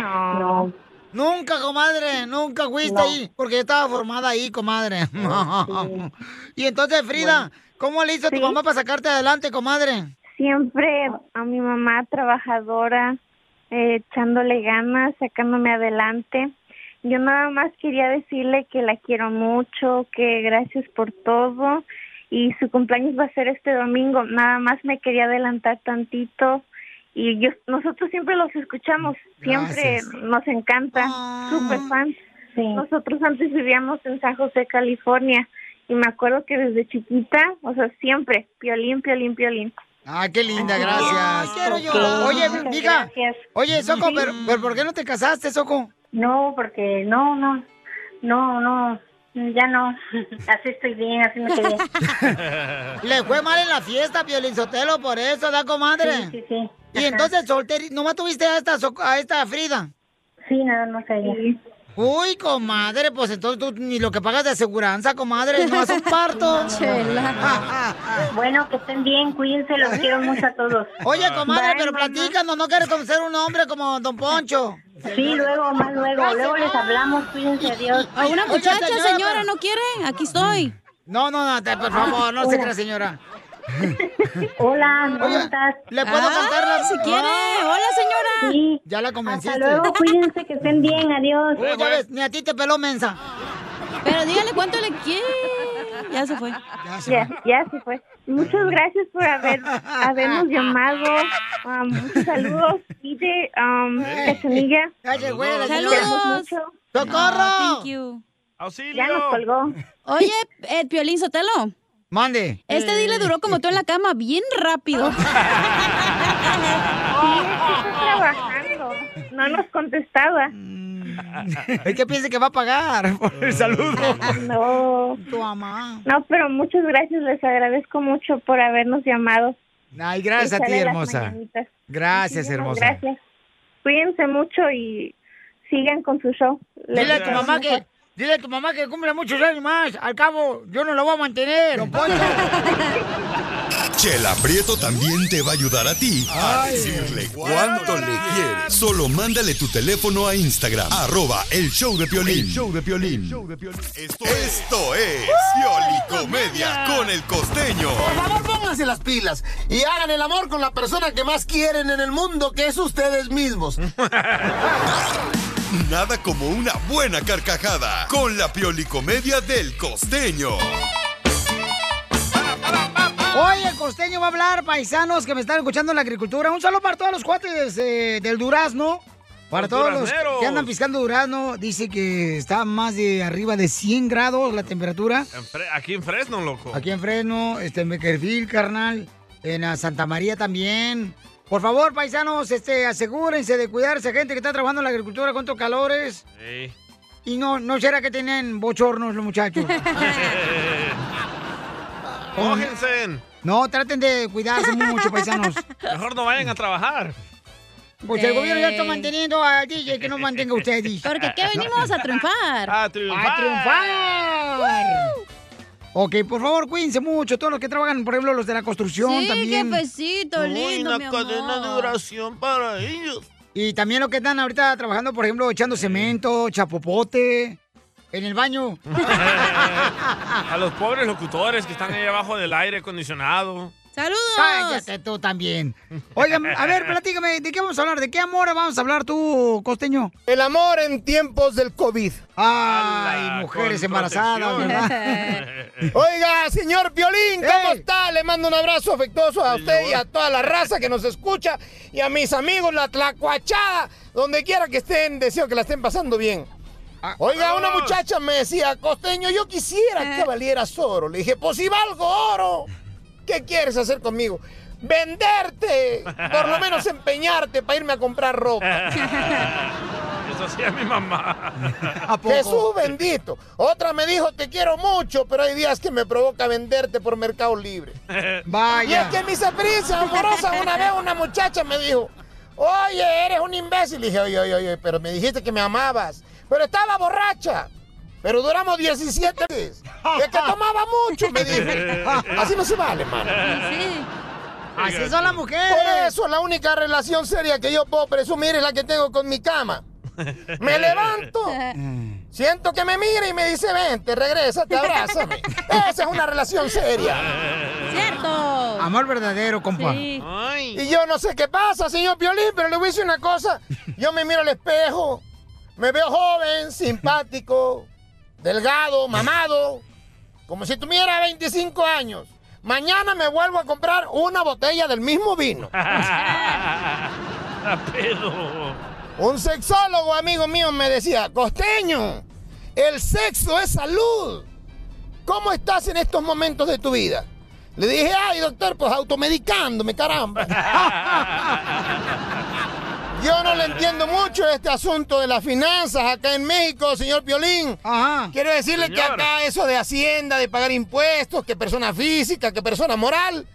S17: No.
S1: Nunca, comadre, nunca fuiste
S17: No.
S1: ahí, porque yo estaba formada ahí, comadre. y entonces, Frida, ¿cómo le hizo tu mamá para sacarte adelante, comadre?
S15: Siempre a mi mamá trabajadora, eh, echándole ganas, sacándome adelante. Yo nada más quería decirle que la quiero mucho, que gracias por todo y su cumpleaños va a ser este domingo. Nada más me quería adelantar tantito y yo nosotros siempre los escuchamos, siempre
S17: Gracias.
S15: nos encanta, super fan. Nosotros antes vivíamos en San José, California y me acuerdo que desde chiquita, o sea, siempre, piolín, piolín, piolín.
S1: Ah, qué linda, gracias. Oye, diga, oye, Soco, pero, pero ¿por qué no te casaste, Soco?
S17: No, porque no, no, no, no, ya no. Así estoy bien, así me quedé.
S1: Le fue mal en la fiesta, Piolín Sotelo, por eso, da comadre?
S17: Sí, sí, sí.
S1: Y entonces, solteri, ¿nomás tuviste a esta, Soco- a esta Frida?
S17: Sí, nada más ella.
S1: Uy, comadre, pues entonces tú ni lo que pagas de aseguranza, comadre, no haces un parto.
S17: bueno, que estén bien, cuídense, los quiero mucho a todos.
S1: Oye, comadre,
S17: Bye,
S1: pero platícanos, ¿no quieres conocer un hombre como Don Poncho?
S17: Sí, luego, más luego, luego les hablamos, cuídense, adiós.
S3: A una
S1: Oiga,
S3: muchacha,
S1: señora,
S3: señora,
S1: pero-
S3: ¿no quiere? Aquí estoy.
S1: No, no, no, te- por favor, no se
S3: Hola.
S1: crea, señora.
S17: Hola,
S1: ¿cómo
S17: estás?
S1: ¿Le puedo
S17: Ah,
S1: contar la...
S17: si quiere.
S1: Hola,
S17: señora. Sí.
S1: Ya la convenciste.
S17: Hasta luego, cuídense, que estén bien, adiós.
S1: Uy, ya ves, ni a ti te peló mensa.
S3: Pero dígale cuánto le quiere. Ya se fue.
S15: Ya, ya se fue. Muchas gracias por haber, habernos llamado. Um, muchos saludos. Y de um, Cachanilla.
S3: la
S15: Saludos.
S3: señora.
S15: Queremos mucho.
S1: Ah,
S3: No, thank you.
S2: ¡Auxilio!
S3: Oye, eh, Piolín Sotelo.
S1: Mande.
S3: Este dile duró como tú en la cama, bien rápido.
S15: trabajando. No nos contestaba.
S1: Es que piense que va a pagar por el saludo.
S15: No. No, pero muchas gracias. Les agradezco mucho por habernos llamado.
S1: Ay, gracias a ti,
S15: Échale las
S1: hermosa.
S15: mañanitas.
S1: Gracias,
S15: Muchísimas
S1: hermosa.
S15: Gracias. Cuídense mucho y sigan con su show. Les
S1: Dile a tu
S15: deseo
S1: mamá
S15: lo mejor.
S1: que, dile a tu mamá que cumple muchos años más. Al cabo, yo no la voy a mantener. Don Poncho.
S4: Chela Prieto también te va a ayudar a ti a
S1: Ay.
S4: decirle cuánto le quieres. Solo mándale tu teléfono a Instagram, arroba el show de
S18: El
S4: Piolín. show de Esto, esto es Piolicomedia con el costeño.
S12: Por favor, Pues pónganse las pilas y hagan el amor con la persona que más quieren en el mundo, que es ustedes mismos.
S4: Nada como una buena carcajada con la Piolicomedia del costeño.
S18: Ah.
S1: Hoy el costeño va a hablar, paisanos que me están escuchando en la agricultura. Un saludo para todos los cuates eh, del Durazno. Para
S2: Los
S1: todos los
S2: durazneros.
S1: que andan piscando Durazno. Dice que está más de arriba de 100 grados la temperatura.
S2: En Fre- Aquí en Fresno, loco.
S1: Aquí en Fresno, este, en Beckerfield, carnal. En ah, Santa María también. Por favor, paisanos, este, asegúrense de cuidarse, gente que está trabajando en la agricultura contra calores.
S2: Ey.
S1: Y no, no será que tienen bochornos los muchachos.
S2: Mójense.
S1: No, traten de cuidarse mucho, paisanos.
S2: Mejor no vayan a trabajar.
S1: Pues el gobierno ya está manteniendo al DJ que no mantenga usted, DJ.
S2: Porque aquí venimos
S3: a triunfar.
S2: A triunfar.
S1: ¡A triunfar! Ok, por favor, cuídense mucho. Todos los que trabajan, por ejemplo, los de la construcción
S3: Sí,
S1: también.
S3: jefecito, Uy, lindo, una mi amor. cadena de
S2: oración para ellos.
S1: Y también los que están ahorita trabajando, por ejemplo, echando cemento, chapopote, en el baño. Ah.
S2: a los pobres locutores que están ahí abajo del aire acondicionado.
S3: ¡Saludos!
S1: Cállate tú también. Oigan, a ver, platícame, ¿de qué vamos a hablar? ¿De qué amor vamos a hablar tú, costeño?
S12: El amor en tiempos del COVID. Ah,
S1: Ay, mujeres embarazadas, ¿verdad?
S12: Oiga, señor Violín, ¿cómo está? Le mando un abrazo afectuoso a usted y a toda la raza que nos escucha y a mis amigos, la tlacuachada, donde quiera que estén, deseo que la estén pasando bien. Oiga, una muchacha me decía, costeño, yo quisiera que valieras oro. Le dije, pues si valgo oro, ¿qué quieres hacer conmigo? Venderte, por lo menos empeñarte para irme a comprar ropa.
S2: Eso hacía mi mamá.
S12: Jesús bendito. Otra me dijo, te quiero mucho, pero hay días que me provoca venderte por Mercado Libre. Y es
S1: Vaya.
S12: que mis experiencias amorosas, una vez una muchacha me dijo, oye, eres un imbécil. Le dije, oye, oye, oye, pero me dijiste que me amabas. Pero estaba borracha. Pero duramos 17 meses. Y es que tomaba mucho, me dijo. Así no se vale, mano.
S1: Así son las mujeres.
S12: Por eso, la única relación seria que yo puedo presumir es la que tengo con mi cama. Me
S8: Eh.
S12: levanto, siento que me mira y me dice, vente, regresa, te abraza. Esa es una relación seria.
S3: ¡Cierto!
S1: Amor verdadero, compa.
S12: Y yo no sé qué pasa, señor Piolín, pero le voy a decir una cosa. Yo me miro al espejo, me veo joven, simpático, delgado, mamado, como si tuviera 25 años. Mañana me vuelvo a comprar una botella del mismo vino.
S2: ¡A pedo!
S12: Un sexólogo, amigo mío, me decía, costeño, el sexo es salud. ¿Cómo estás en estos momentos de tu vida? Le dije, ay, doctor, pues automedicándome, caramba. Yo no le entiendo mucho este asunto de las finanzas acá en México, señor Piolín. Quiero decirle
S7: Señor.
S12: que acá eso de Hacienda, de pagar impuestos, que persona física, que persona moral.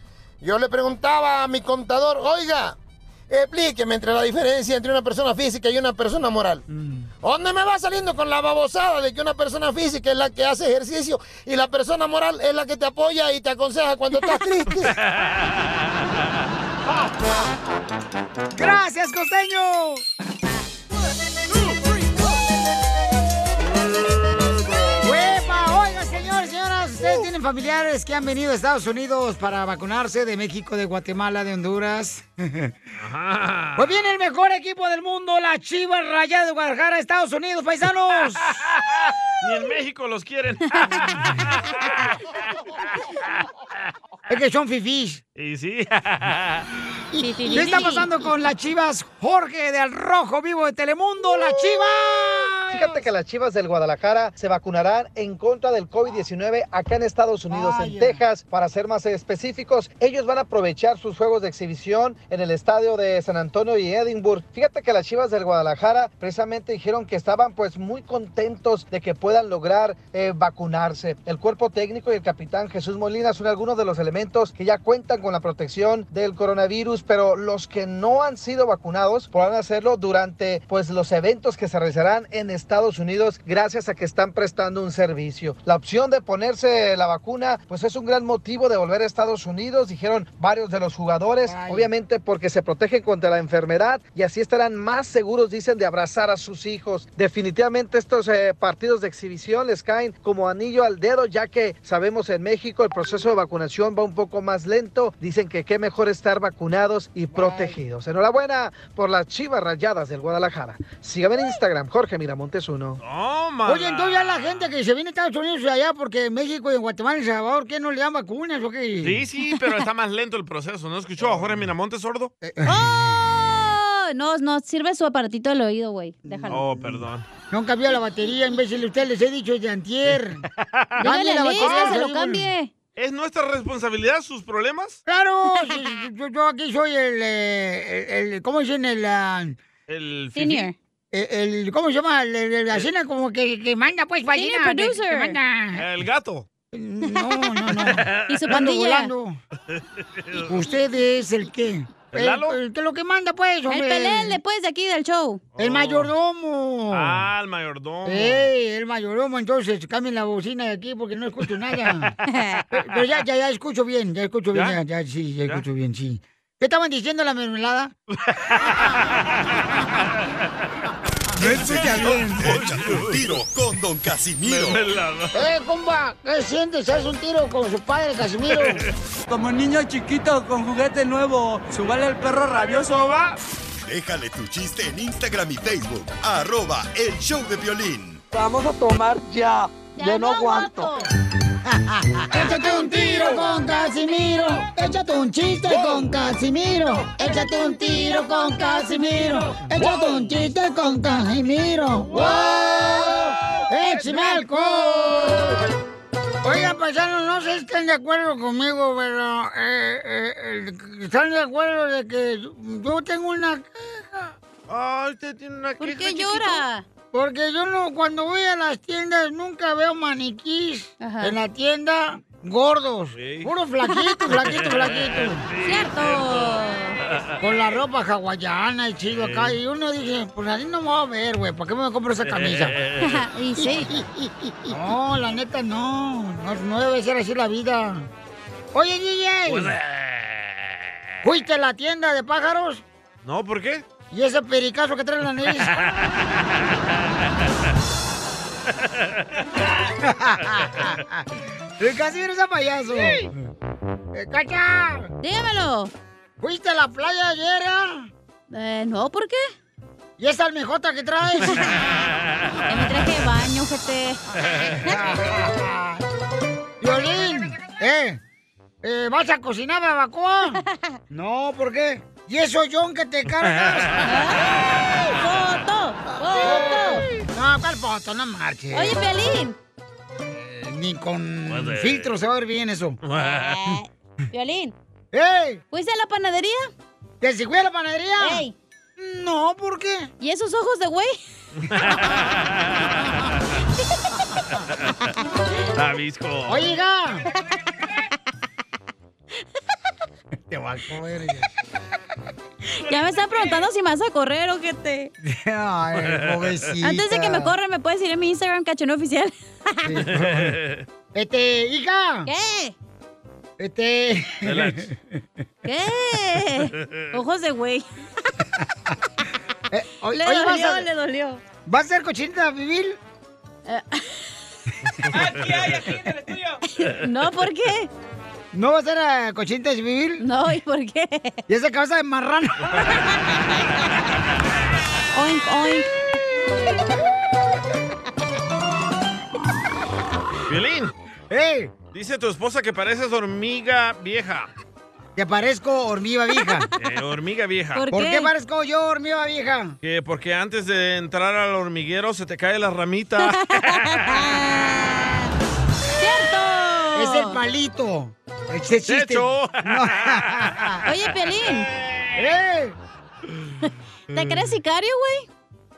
S12: Yo le preguntaba a mi contador, oiga, explíqueme entre la diferencia entre una persona física y una persona moral.
S1: Mm.
S12: ¿Dónde me va saliendo con la babosada de que una persona física es la que hace ejercicio y la persona moral es la que te apoya y te aconseja cuando estás triste?
S1: ¡Gracias, costeño! ¡Huepa! Oiga, señores, señoras, ¿ustedes tienen familiares que han venido a Estados Unidos para vacunarse de México, de Guatemala, de Honduras?
S2: Ajá.
S1: Pues viene el mejor equipo del mundo, la Chivas Rayadas de Guadalajara, Estados Unidos, paisanos.
S2: Ni en México los quieren.
S1: Es que son fifís.
S2: y sí.
S1: ¿Qué está pasando con las Chivas? Jorge del Rojo Vivo de Telemundo, la Chivas.
S5: Fíjate que las Chivas del Guadalajara se vacunarán en contra del COVID-19 acá en Estados Unidos, en Texas. Para ser más específicos, ellos van a aprovechar sus juegos de exhibición en el estadio de San Antonio y Edinburgh. Fíjate que las Chivas del Guadalajara precisamente dijeron que estaban pues muy contentos de que puedan lograr eh, vacunarse. El cuerpo técnico y el capitán Jesús Molina son algunos de los elementos que ya cuentan con la protección del coronavirus, pero los que no han sido vacunados podrán hacerlo durante pues los eventos que se realizarán en Estados Unidos gracias a que están prestando un servicio. La opción de ponerse la vacuna pues es un gran motivo de volver a Estados Unidos, dijeron varios de los jugadores, obviamente porque se protegen contra la enfermedad y así estarán más seguros, dicen, de abrazar a sus hijos. Definitivamente estos eh, partidos de exhibición les caen como anillo al dedo ya que sabemos en México el proceso de vacunación va un poco más lento, dicen que qué mejor estar vacunados y protegidos. Enhorabuena por las chivas rayadas del Guadalajara. Sígame en Instagram, Jorge Miramontes 1.
S1: Oye, entonces ya la gente que se viene a Estados Unidos y allá porque en México y en Guatemala y El Salvador, ¿qué no le dan vacunas o qué?
S2: Sí, sí, pero está más lento el proceso. ¿No escuchó a Jorge Miramonte sordo?
S3: Oh, no, no, sirve su aparatito del oído, güey. Déjalo.
S2: Oh, perdón.
S1: No cambió la batería, imbécil. Ustedes les he dicho desde antier.
S3: Dígale
S1: la
S3: a Liz
S1: batería,
S3: que se lo
S1: oímos.
S3: cambie.
S2: ¿Es nuestra responsabilidad sus problemas?
S1: Claro, si- yo, yo aquí soy el, eh, el, el- ¿cómo dicen? El, ah,
S2: El
S1: Eh, El, ¿cómo se llama? El, el, el gallina como que, que manda, pues,
S2: Senior
S1: gallina. que-
S2: producer.
S1: que manda.
S2: El gato.
S1: No, no, no.
S2: Y su
S1: Ando
S2: pandilla.
S1: volando. ¿Usted es el qué?
S2: ¿El Lalo?
S1: El, que lo que manda, pues,
S3: El
S1: hombre.
S3: pelele, después de aquí del show.
S1: El mayordomo.
S2: Ah, el mayordomo.
S1: Ey, el mayordomo, entonces, cambien la bocina de aquí porque no escucho nada. Pe- Pero ya, ya, ya escucho bien, ya escucho bien,
S7: ¿Ya?
S1: ya, ya, sí, ya, escucho bien, sí. ¿Qué estaban diciendo la mermelada?
S4: No Échate un tiro con Don Casimiro.
S1: ¡Eh, compa! ¿Qué sientes? ¿Haz un tiro con su padre, Casimiro?
S18: Como niño chiquito con juguete nuevo, subale el perro rabioso, va.
S4: Déjale tu chiste en Instagram y Facebook. Arroba el show de violín.
S18: Vamos a tomar ya.
S4: Ya no
S18: aguanto.
S7: Échate un tiro con Casimiro. Échate un chiste con Casimiro. Échate un tiro con Casimiro. Échate un chiste con Casimiro. ¡Wow!
S1: ¡Échame alcohol! Oiga, paisanos, no sé si están de acuerdo conmigo, pero eh, eh, eh, están de acuerdo de que yo tengo una queja.
S2: Ah, usted tiene una
S1: ¿Por
S3: qué chiquito? llora?
S1: Porque yo no, cuando voy a las tiendas nunca veo maniquís en la tienda gordos. Puro flaquito, flaquito, flaquito.
S3: Cierto.
S1: Con la ropa hawaiana y chido acá. Y uno dice, pues así no me voy a ver, güey. ¿Para qué me compro esa camisa?
S3: Y sí.
S1: No, la neta
S2: Pues, eh.
S1: no. No, no debe ser así la vida. Oye, DJ. ¿Fuiste a la tienda de pájaros?
S2: No, ¿por qué?
S1: ¿Y ese pericazo que trae en la nariz? El Casimiro es un payaso. Eh, ¡Cacha!
S3: Dígamelo.
S1: ¿Fuiste a la playa ayer? ah?
S3: Eh, no, ¿por qué?
S1: ¿Y esa almejota que traes?
S3: Ya me traje de baño, gente.
S1: Violín, ¿eh? eh, ¿Vas a cocinar barbacoa? No, ¿por qué? ¿Y eso, John, que te cargas?
S3: ¡Foto!
S1: ¡Foto! No, ¿cuál foto? No marches.
S3: Oye, Violín.
S1: Eh, Ni con filtro se va a ver bien eso.
S3: Violín.
S1: ¡Ey!
S3: ¿Fuiste a la panadería?
S1: ¿Que si fui a la panadería?
S3: ¡Ey!
S1: No, ¿por qué?
S3: ¿Y esos ojos de güey?
S1: Ah,
S2: Tabisco.
S1: ¡Oiga! Te voy a comer.
S3: Ya me están preguntando si me vas a correr o qué te.
S1: Ay, pobrecita.
S3: Antes de que me corra, me puedes ir a mi Instagram, cachón oficial.
S1: Este, hija.
S3: ¿Qué?
S1: Este.
S2: Relax.
S3: ¿Qué? Ojos de güey.
S1: Eh, Oye,
S3: Le
S1: oye, vas
S3: dolió,
S1: a-
S3: le dolió.
S1: ¿Vas a ser cochinita vivir?
S3: No, ¿por qué?
S1: ¿No vas a ser eh, cochinita vivir?
S3: No, ¿y por qué?
S1: ¿Y esa cabeza de marrano?
S3: Oink, oink.
S2: Violín.
S1: ¡Ey!
S2: Dice tu esposa que pareces hormiga vieja.
S1: Te parezco hormiga vieja.
S2: Eh, hormiga vieja.
S1: ¿Por qué parezco yo hormiga vieja?
S2: Que porque antes de entrar al hormiguero se te cae la ramita.
S3: ¡Cierto!
S1: Es el palito. Ese chiste.
S2: hecho.
S1: No.
S3: Oye, Pelín,
S1: ¡Ey!
S3: ¿te crees sicario, güey?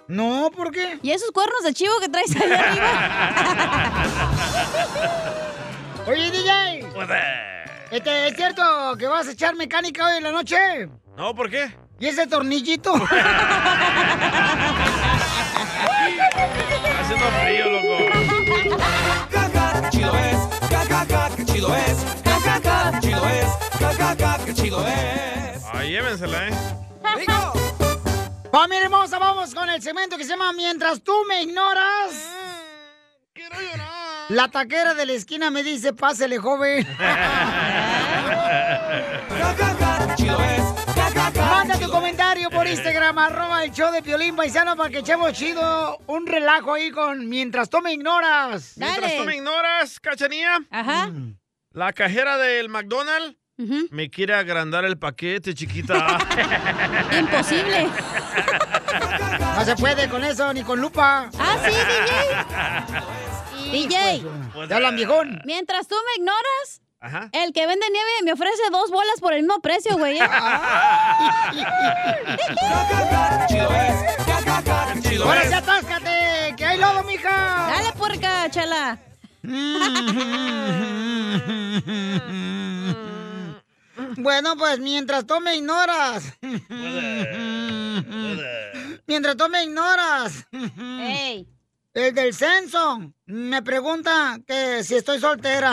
S1: No, ¿por qué?
S3: ¿Y esos cuernos de chivo que traes ahí arriba?
S1: Oye, DJ. Este, ¿Es cierto que vas a echar mecánica hoy en la noche?
S2: No, ¿por qué?
S1: ¿Y ese tornillito?
S2: Haciendo frío, loco.
S21: chido es, chido es, chido es, chido
S2: Ay, llévensela, ¿eh?
S1: Familia hermosa, vamos con el segmento que se llama Mientras tú me ignoras.
S2: Mm,
S1: La taquera de la esquina me dice, pásele, joven. Manda tu comentario por Instagram, arroba el show de Piolín Paisano, para que echemos chido un relajo ahí con Mientras tú me ignoras. Mm.
S2: Mientras tú me ignoras, cachanía.
S3: Ajá.
S2: La cajera del McDonald's me quiere agrandar el paquete, chiquita.
S3: Imposible.
S1: No se puede con eso, ni con lupa. pues.
S3: Ah, sí, DJ. DJ,
S1: Te hablan viejón.
S3: mientras tú me ignoras,
S2: Ajá.
S3: el que vende nieve me ofrece dos bolas por el mismo precio, güey. ¿eh?
S1: Ahora sí, atáscate, que hay lodo, mija. Mm.
S3: Dale, puerca, chala.
S1: Bueno, pues mientras tú me ignoras. Mientras tú me ignoras.
S3: Ey.
S1: El del censo me pregunta que si estoy soltera.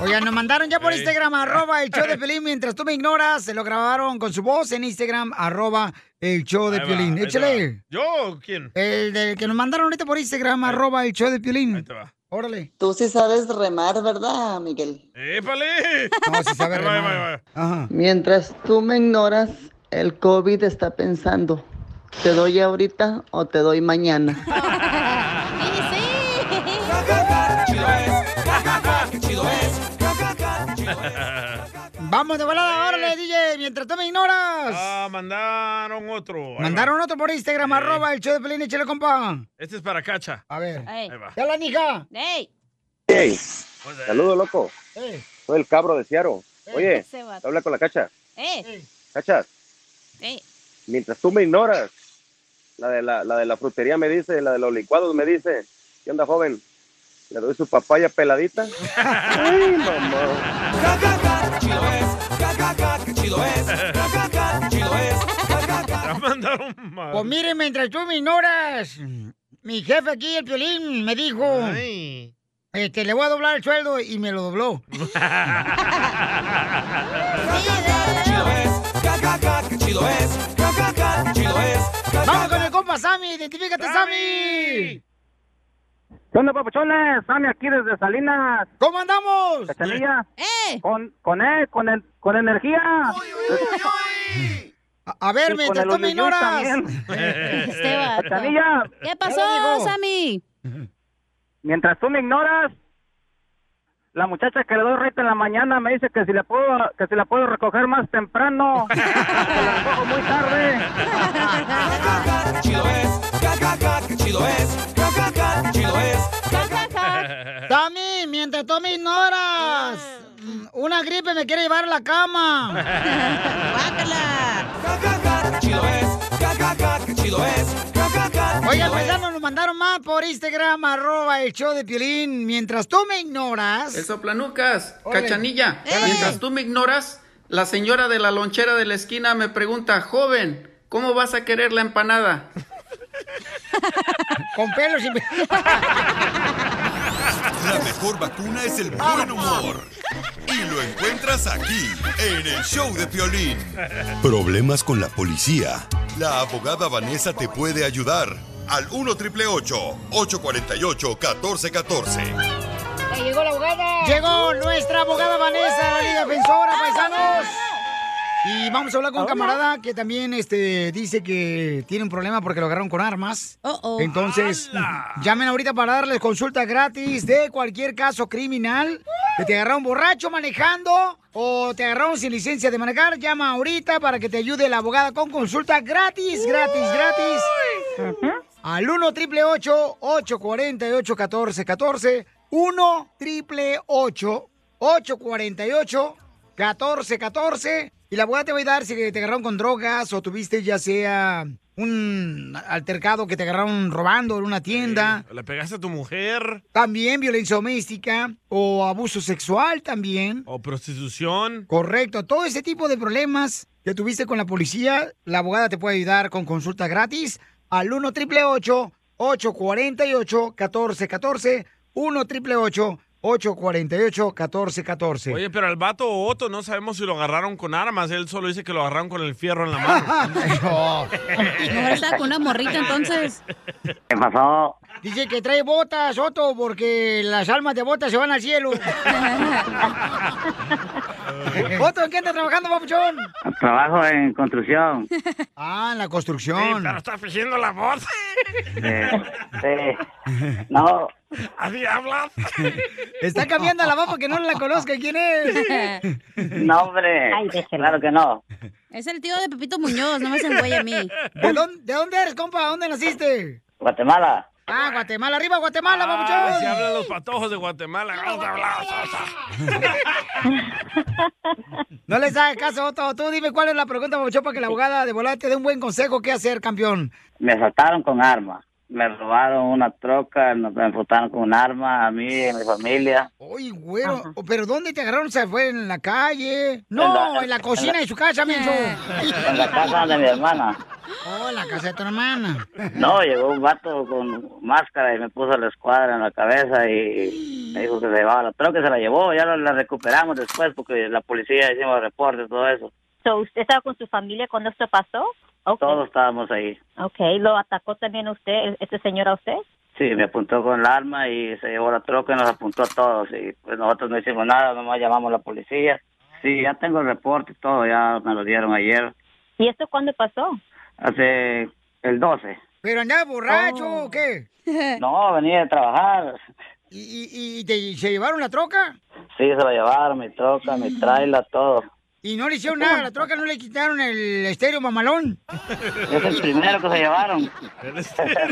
S1: Oigan, nos mandaron ya por
S21: Ey.
S1: Instagram, arroba el show de Pelín. Mientras tú me ignoras, se lo grabaron con su voz en Instagram, arroba el show de
S2: Ahí va,
S1: Pelín.
S2: ahí te
S1: Échale.
S2: va. ¿Yo o quién?
S1: El del que nos mandaron ahorita por Instagram, arroba el show de Pelín. Órale.
S22: Tú sí sabes remar, ¿verdad, Miguel?
S2: ¡Épale!
S1: No, si sabe
S2: Ahí va, ahí va,
S1: remar.
S2: ahí va.
S22: Mientras tú me ignoras, el COVID está pensando, ¿te doy ahorita o te doy mañana?
S1: Vamos de volada, órale, DJ, mientras tú me ignoras.
S2: Pues. Ah, mandaron otro. Ahí va.
S1: Mandaron otro por Instagram,
S2: Ey.
S1: arroba el show de Pelín, échale, compa.
S2: Este es para Cacha.
S1: A ver.
S3: Ey.
S2: Ahí va.
S1: ¡Ya la hija!
S3: ¡Ey!
S23: Hey, saludo, loco.
S1: ¡Ey!
S23: Soy el cabro de Ciaro.
S3: Eh,
S23: Oye,
S3: ese vato.
S23: habla con la cacha.
S3: ¡Ey!
S23: Cacha,
S3: ¡Ey!
S23: mientras tú me ignoras, la de la, la de la frutería me dice, la de los licuados me dice, ¿qué onda, joven? Le doy su papaya peladita. Ay, mamá.
S2: Ya mandaron más.
S7: um
S2: Ah.
S1: Pues miren, mientras tú me ignoras, mi jefe aquí, el Piolín, me dijo... Este, le voy a doblar el sueldo y me lo dobló.
S7: chido es, ca, ca, ca, qué chido es, ca, ca, ca, qué chido es.
S1: ¡Vamos con el compa Sammy! ¡Identifícate, Sammy!
S22: ¿Qué onda, papuchones? Sammy aquí desde Salinas.
S1: ¿Cómo andamos?
S22: Con, con, eh, con, en- con energía.
S1: A, a ver,
S22: Y
S1: mientras
S22: con
S1: tú
S22: el
S1: me
S22: Uyuyuy
S1: ignoras.
S22: también.
S3: Este vato.
S22: Cachanilla.
S3: ¿Qué pasó,
S22: Ya digo.
S3: Sammy?
S22: Mientras tú me ignoras, la muchacha que le doy reta en la mañana me dice que si la puedo, que si la puedo recoger más temprano. que la recojo muy tarde.
S7: Chido es, ca, ca, ca, qué chido es, ca, ca, ca, qué chido es.
S24: Tommy, mientras tú me ignoras,
S2: Ah.
S24: una gripe me quiere llevar a la cama.
S7: Ca, chido es, ca, ca, ca, qué chido es, ca, ca, ca, qué
S1: Oigan,
S7: chido es.
S1: paisanos, nos mandaron más por Instagram, arroba el show de Piolín. Mientras tú me ignoras...
S25: El soplanucas,
S1: Órale.
S25: cachanilla.
S1: ¡Eh!
S25: Mientras tú me ignoras, la señora de la lonchera de la esquina me pregunta, joven, ¿cómo vas a querer la empanada?
S1: Con pelos y...
S4: La mejor vacuna es el buen humor. Y lo encuentras aquí, en el show de Piolín. Problemas con la policía. La abogada Vanessa te puede ayudar. Al 1 848 1414
S1: llegó la abogada. Llegó nuestra abogada Vanessa, la Liga Defensora, paisanos. Y vamos a hablar con un camarada que también este, dice que tiene un problema porque lo agarraron con armas.
S3: Oh,
S1: Entonces, llamen ahorita para darles consulta gratis de cualquier caso criminal. Que te agarraron borracho manejando o te agarraron sin licencia de manejar. Llama ahorita para que te ayude la abogada con consulta gratis, gratis, gratis. Al 1 triple 848 1414 1 triple 848 1414 Y la abogada te va a ayudar si te agarraron con drogas o tuviste ya sea un altercado que te agarraron robando en una tienda.
S2: ¿Le pegaste a tu mujer?
S1: También violencia doméstica o abuso sexual también.
S2: ¿O prostitución?
S1: Correcto, todo ese tipo de problemas que tuviste con la policía, la abogada te puede ayudar con consulta gratis al 1 triple 848 1414 1 triple 848 1414
S2: Oye, pero al vato Otto no sabemos si lo agarraron con armas. Él solo dice que lo agarraron con el fierro en la mano.
S3: Ahora está con una morrita, entonces.
S22: ¿Qué pasó?
S1: Dice que trae botas, Otto, porque las almas de botas se van al cielo. Otto, ¿en qué andas trabajando, papuchón?
S22: Trabajo en construcción.
S1: Ah, en la construcción. pero
S2: está fingiendo la voz.
S22: No,
S2: Así hablas.
S1: Está cambiando la voz porque no la conozca. ¿Quién es?
S22: Eh, no, hombre. claro que no.
S3: Es el tío de Pepito Muñoz, no me hacen güey a mí.
S1: ¿De dónde, de dónde eres, compa? ¿Dónde naciste?
S22: Guatemala.
S1: Ah, Guatemala, arriba Guatemala,
S2: Ah, si
S1: papuchón.
S2: hablan los patojos de Guatemala. Vamos a hablar, vamos a-
S1: No les hagas caso, Otto. Tú dime cuál es la pregunta, papuchón, para que la abogada de volada te dé un buen consejo qué hacer, campeón.
S22: Me asaltaron con arma. Me robaron una troca, nos- me asaltaron con un arma a mí y a mi familia.
S1: Oye, güero, ¿pero dónde te agarraron? ¿Se fue en la calle? No,
S22: En
S1: en la,
S22: la-
S1: cocina
S22: en la-
S1: de su casa, menso.
S22: En la casa de mi hermana.
S1: Oh, en la casa de tu hermana.
S22: No, llegó un vato con máscara y me puso la escuadra en la cabeza y me dijo que se llevaba la troca y se la llevó. Ya la, la recuperamos después porque la policía hicimos reporte, todo eso.
S26: So, ¿Usted estaba con su familia cuando esto pasó? Okay.
S22: Todos estábamos ahí.
S26: Ok, ¿lo atacó también usted, este señor a usted?
S22: Sí, me apuntó con el arma y se llevó la troca y nos apuntó a todos. Y pues nosotros no hicimos nada, nomás llamamos a la policía. Sí, ya tengo el reporte y todo, ya me lo dieron ayer,
S26: ¿Y esto cuándo pasó?
S22: hace el 12.
S1: ¿Pero andaba borracho o qué?
S22: No, venía de trabajar.
S1: ¿Y, y- y te- se llevaron la troca?
S22: Sí, se lo llevaron, mi troca, mi trailer, todo.
S1: ¿Y no le hicieron nada a la troca? ¿No le quitaron el estéreo mamalón?
S22: Es el primero que se llevaron.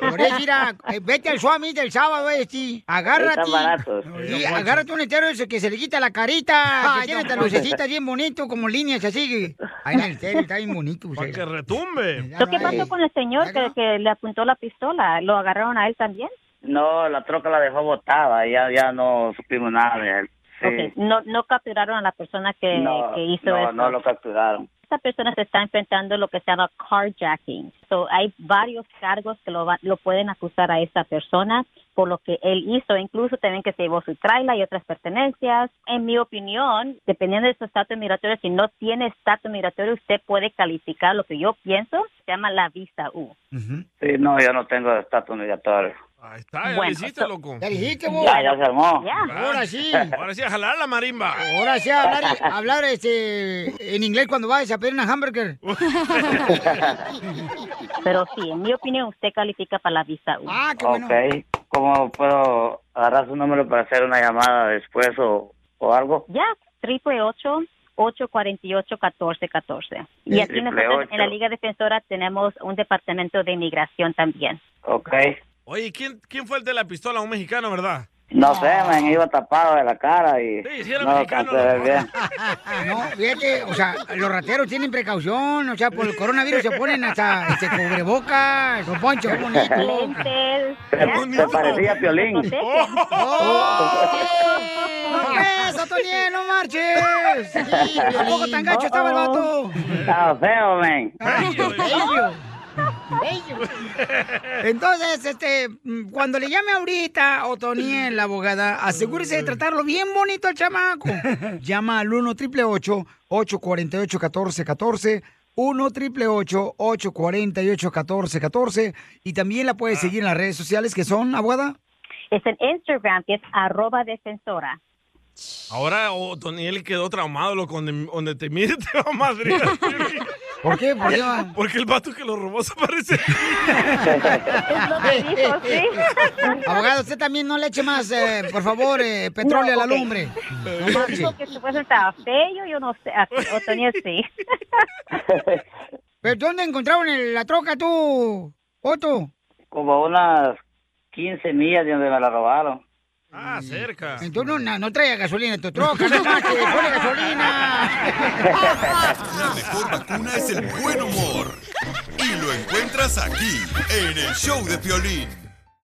S1: Por eso, mira, eh, vete al Swami del sábado, este. Agárrate.
S22: Están baratos.
S1: Y agárrate un estéreo ese que se le quita la carita, que tiene esta
S22: manches.
S1: lucecita bien bonito, como líneas así. Ahí en el estéreo está bien bonito. pues, eh.
S2: Para que retumbe.
S26: So, ¿Qué pasó con el señor que, que le apuntó la pistola? ¿Lo agarraron a él también?
S22: No, la troca la dejó botada, ya, ya no supimos nada de él. Sí.
S26: Ok, No, no capturaron a la persona que,
S22: no,
S26: que hizo
S22: no,
S26: esto.
S22: no lo capturaron.
S26: esta persona se está enfrentando lo que se llama carjacking. So, hay varios cargos que lo, va- lo pueden acusar a esta persona por lo que él hizo, incluso también que se llevó su trailer y otras pertenencias. En mi opinión, dependiendo de su estatus migratorio, si no tiene estatus migratorio, usted puede calificar lo que yo pienso, se llama la visa U.
S11: Sí, no, yo no tengo estatus migratorio.
S2: Ahí está, ya
S11: Bueno,
S2: lo hiciste,
S11: so-
S2: loco.
S11: Ya dijiste, vos. Ya, ya se armó.
S2: Ya.
S1: Ahora sí.
S2: Ahora sí, a jalar la marimba.
S1: Ahora sí, hablar, hablar este, en inglés cuando vayas a pedir una hamburger.
S26: Pero sí, en mi opinión, usted califica para la visa U.
S1: Ah,
S11: Ok, ¿cómo puedo agarrar su número para hacer una llamada después o, o algo?
S26: Ya, triple ocho. 848-1414. Y
S11: Sí,
S26: aquí
S11: triple
S26: nosotros
S11: ocho.
S26: en la Liga Defensora tenemos un departamento de inmigración también.
S11: Ok.
S2: Oye, ¿quién, ¿quién fue el de la pistola? Un mexicano, ¿verdad?
S11: No sé, man, iba tapado de la cara y
S2: Sí, sí, era
S11: no lo
S2: mexicano,
S11: alcancé a ver
S2: loco.
S11: bien.
S1: Ah, No, fíjate, o sea, los rateros tienen precaución, o sea, por el coronavirus se ponen hasta este cubrebocas, don Poncho, qué bonito.
S26: Lentes.
S11: Se, se parecía a Piolín.
S1: Oh. ¡Eso, Toniel, no marches! Sí, tampoco tan gacho estaba el vato.
S11: Estaba feo, man.
S1: Bello. Bello. Entonces, este, mm, cuando le llame ahorita Otoniel, la abogada, asegúrese de tratarlo bien bonito al chamaco. Llama al 1 888 848 1414 1 888 848 1414 y también la
S26: Ah.
S1: puedes seguir en las redes sociales que son, abogada.
S26: Es en Instagram, que es arroba defensora.
S2: Ahora oh, Otoniel quedó traumado, loco. Donde, donde te mire te va a madrear.
S1: ¿Por qué? ¿Por qué?
S2: Porque el vato que lo robó se parece.
S1: Abogado, usted también no le eche más, eh, por favor, eh, petróleo
S26: No,
S1: a la
S26: ok.
S1: lumbre. No
S26: No
S1: marche.
S26: digo que su puesto estaba feo, yo no sé. Otoño sí.
S1: ¿Pero dónde encontraron el- la troca tú, Otto?
S11: Como unas 15 millas de donde me la robaron.
S2: Ah, cerca.
S1: Entonces no, no, no traía gasolina en tu troca, no marches, ponle gasolina.
S4: La mejor vacuna es el buen humor. Y lo encuentras aquí, en el show de Piolín.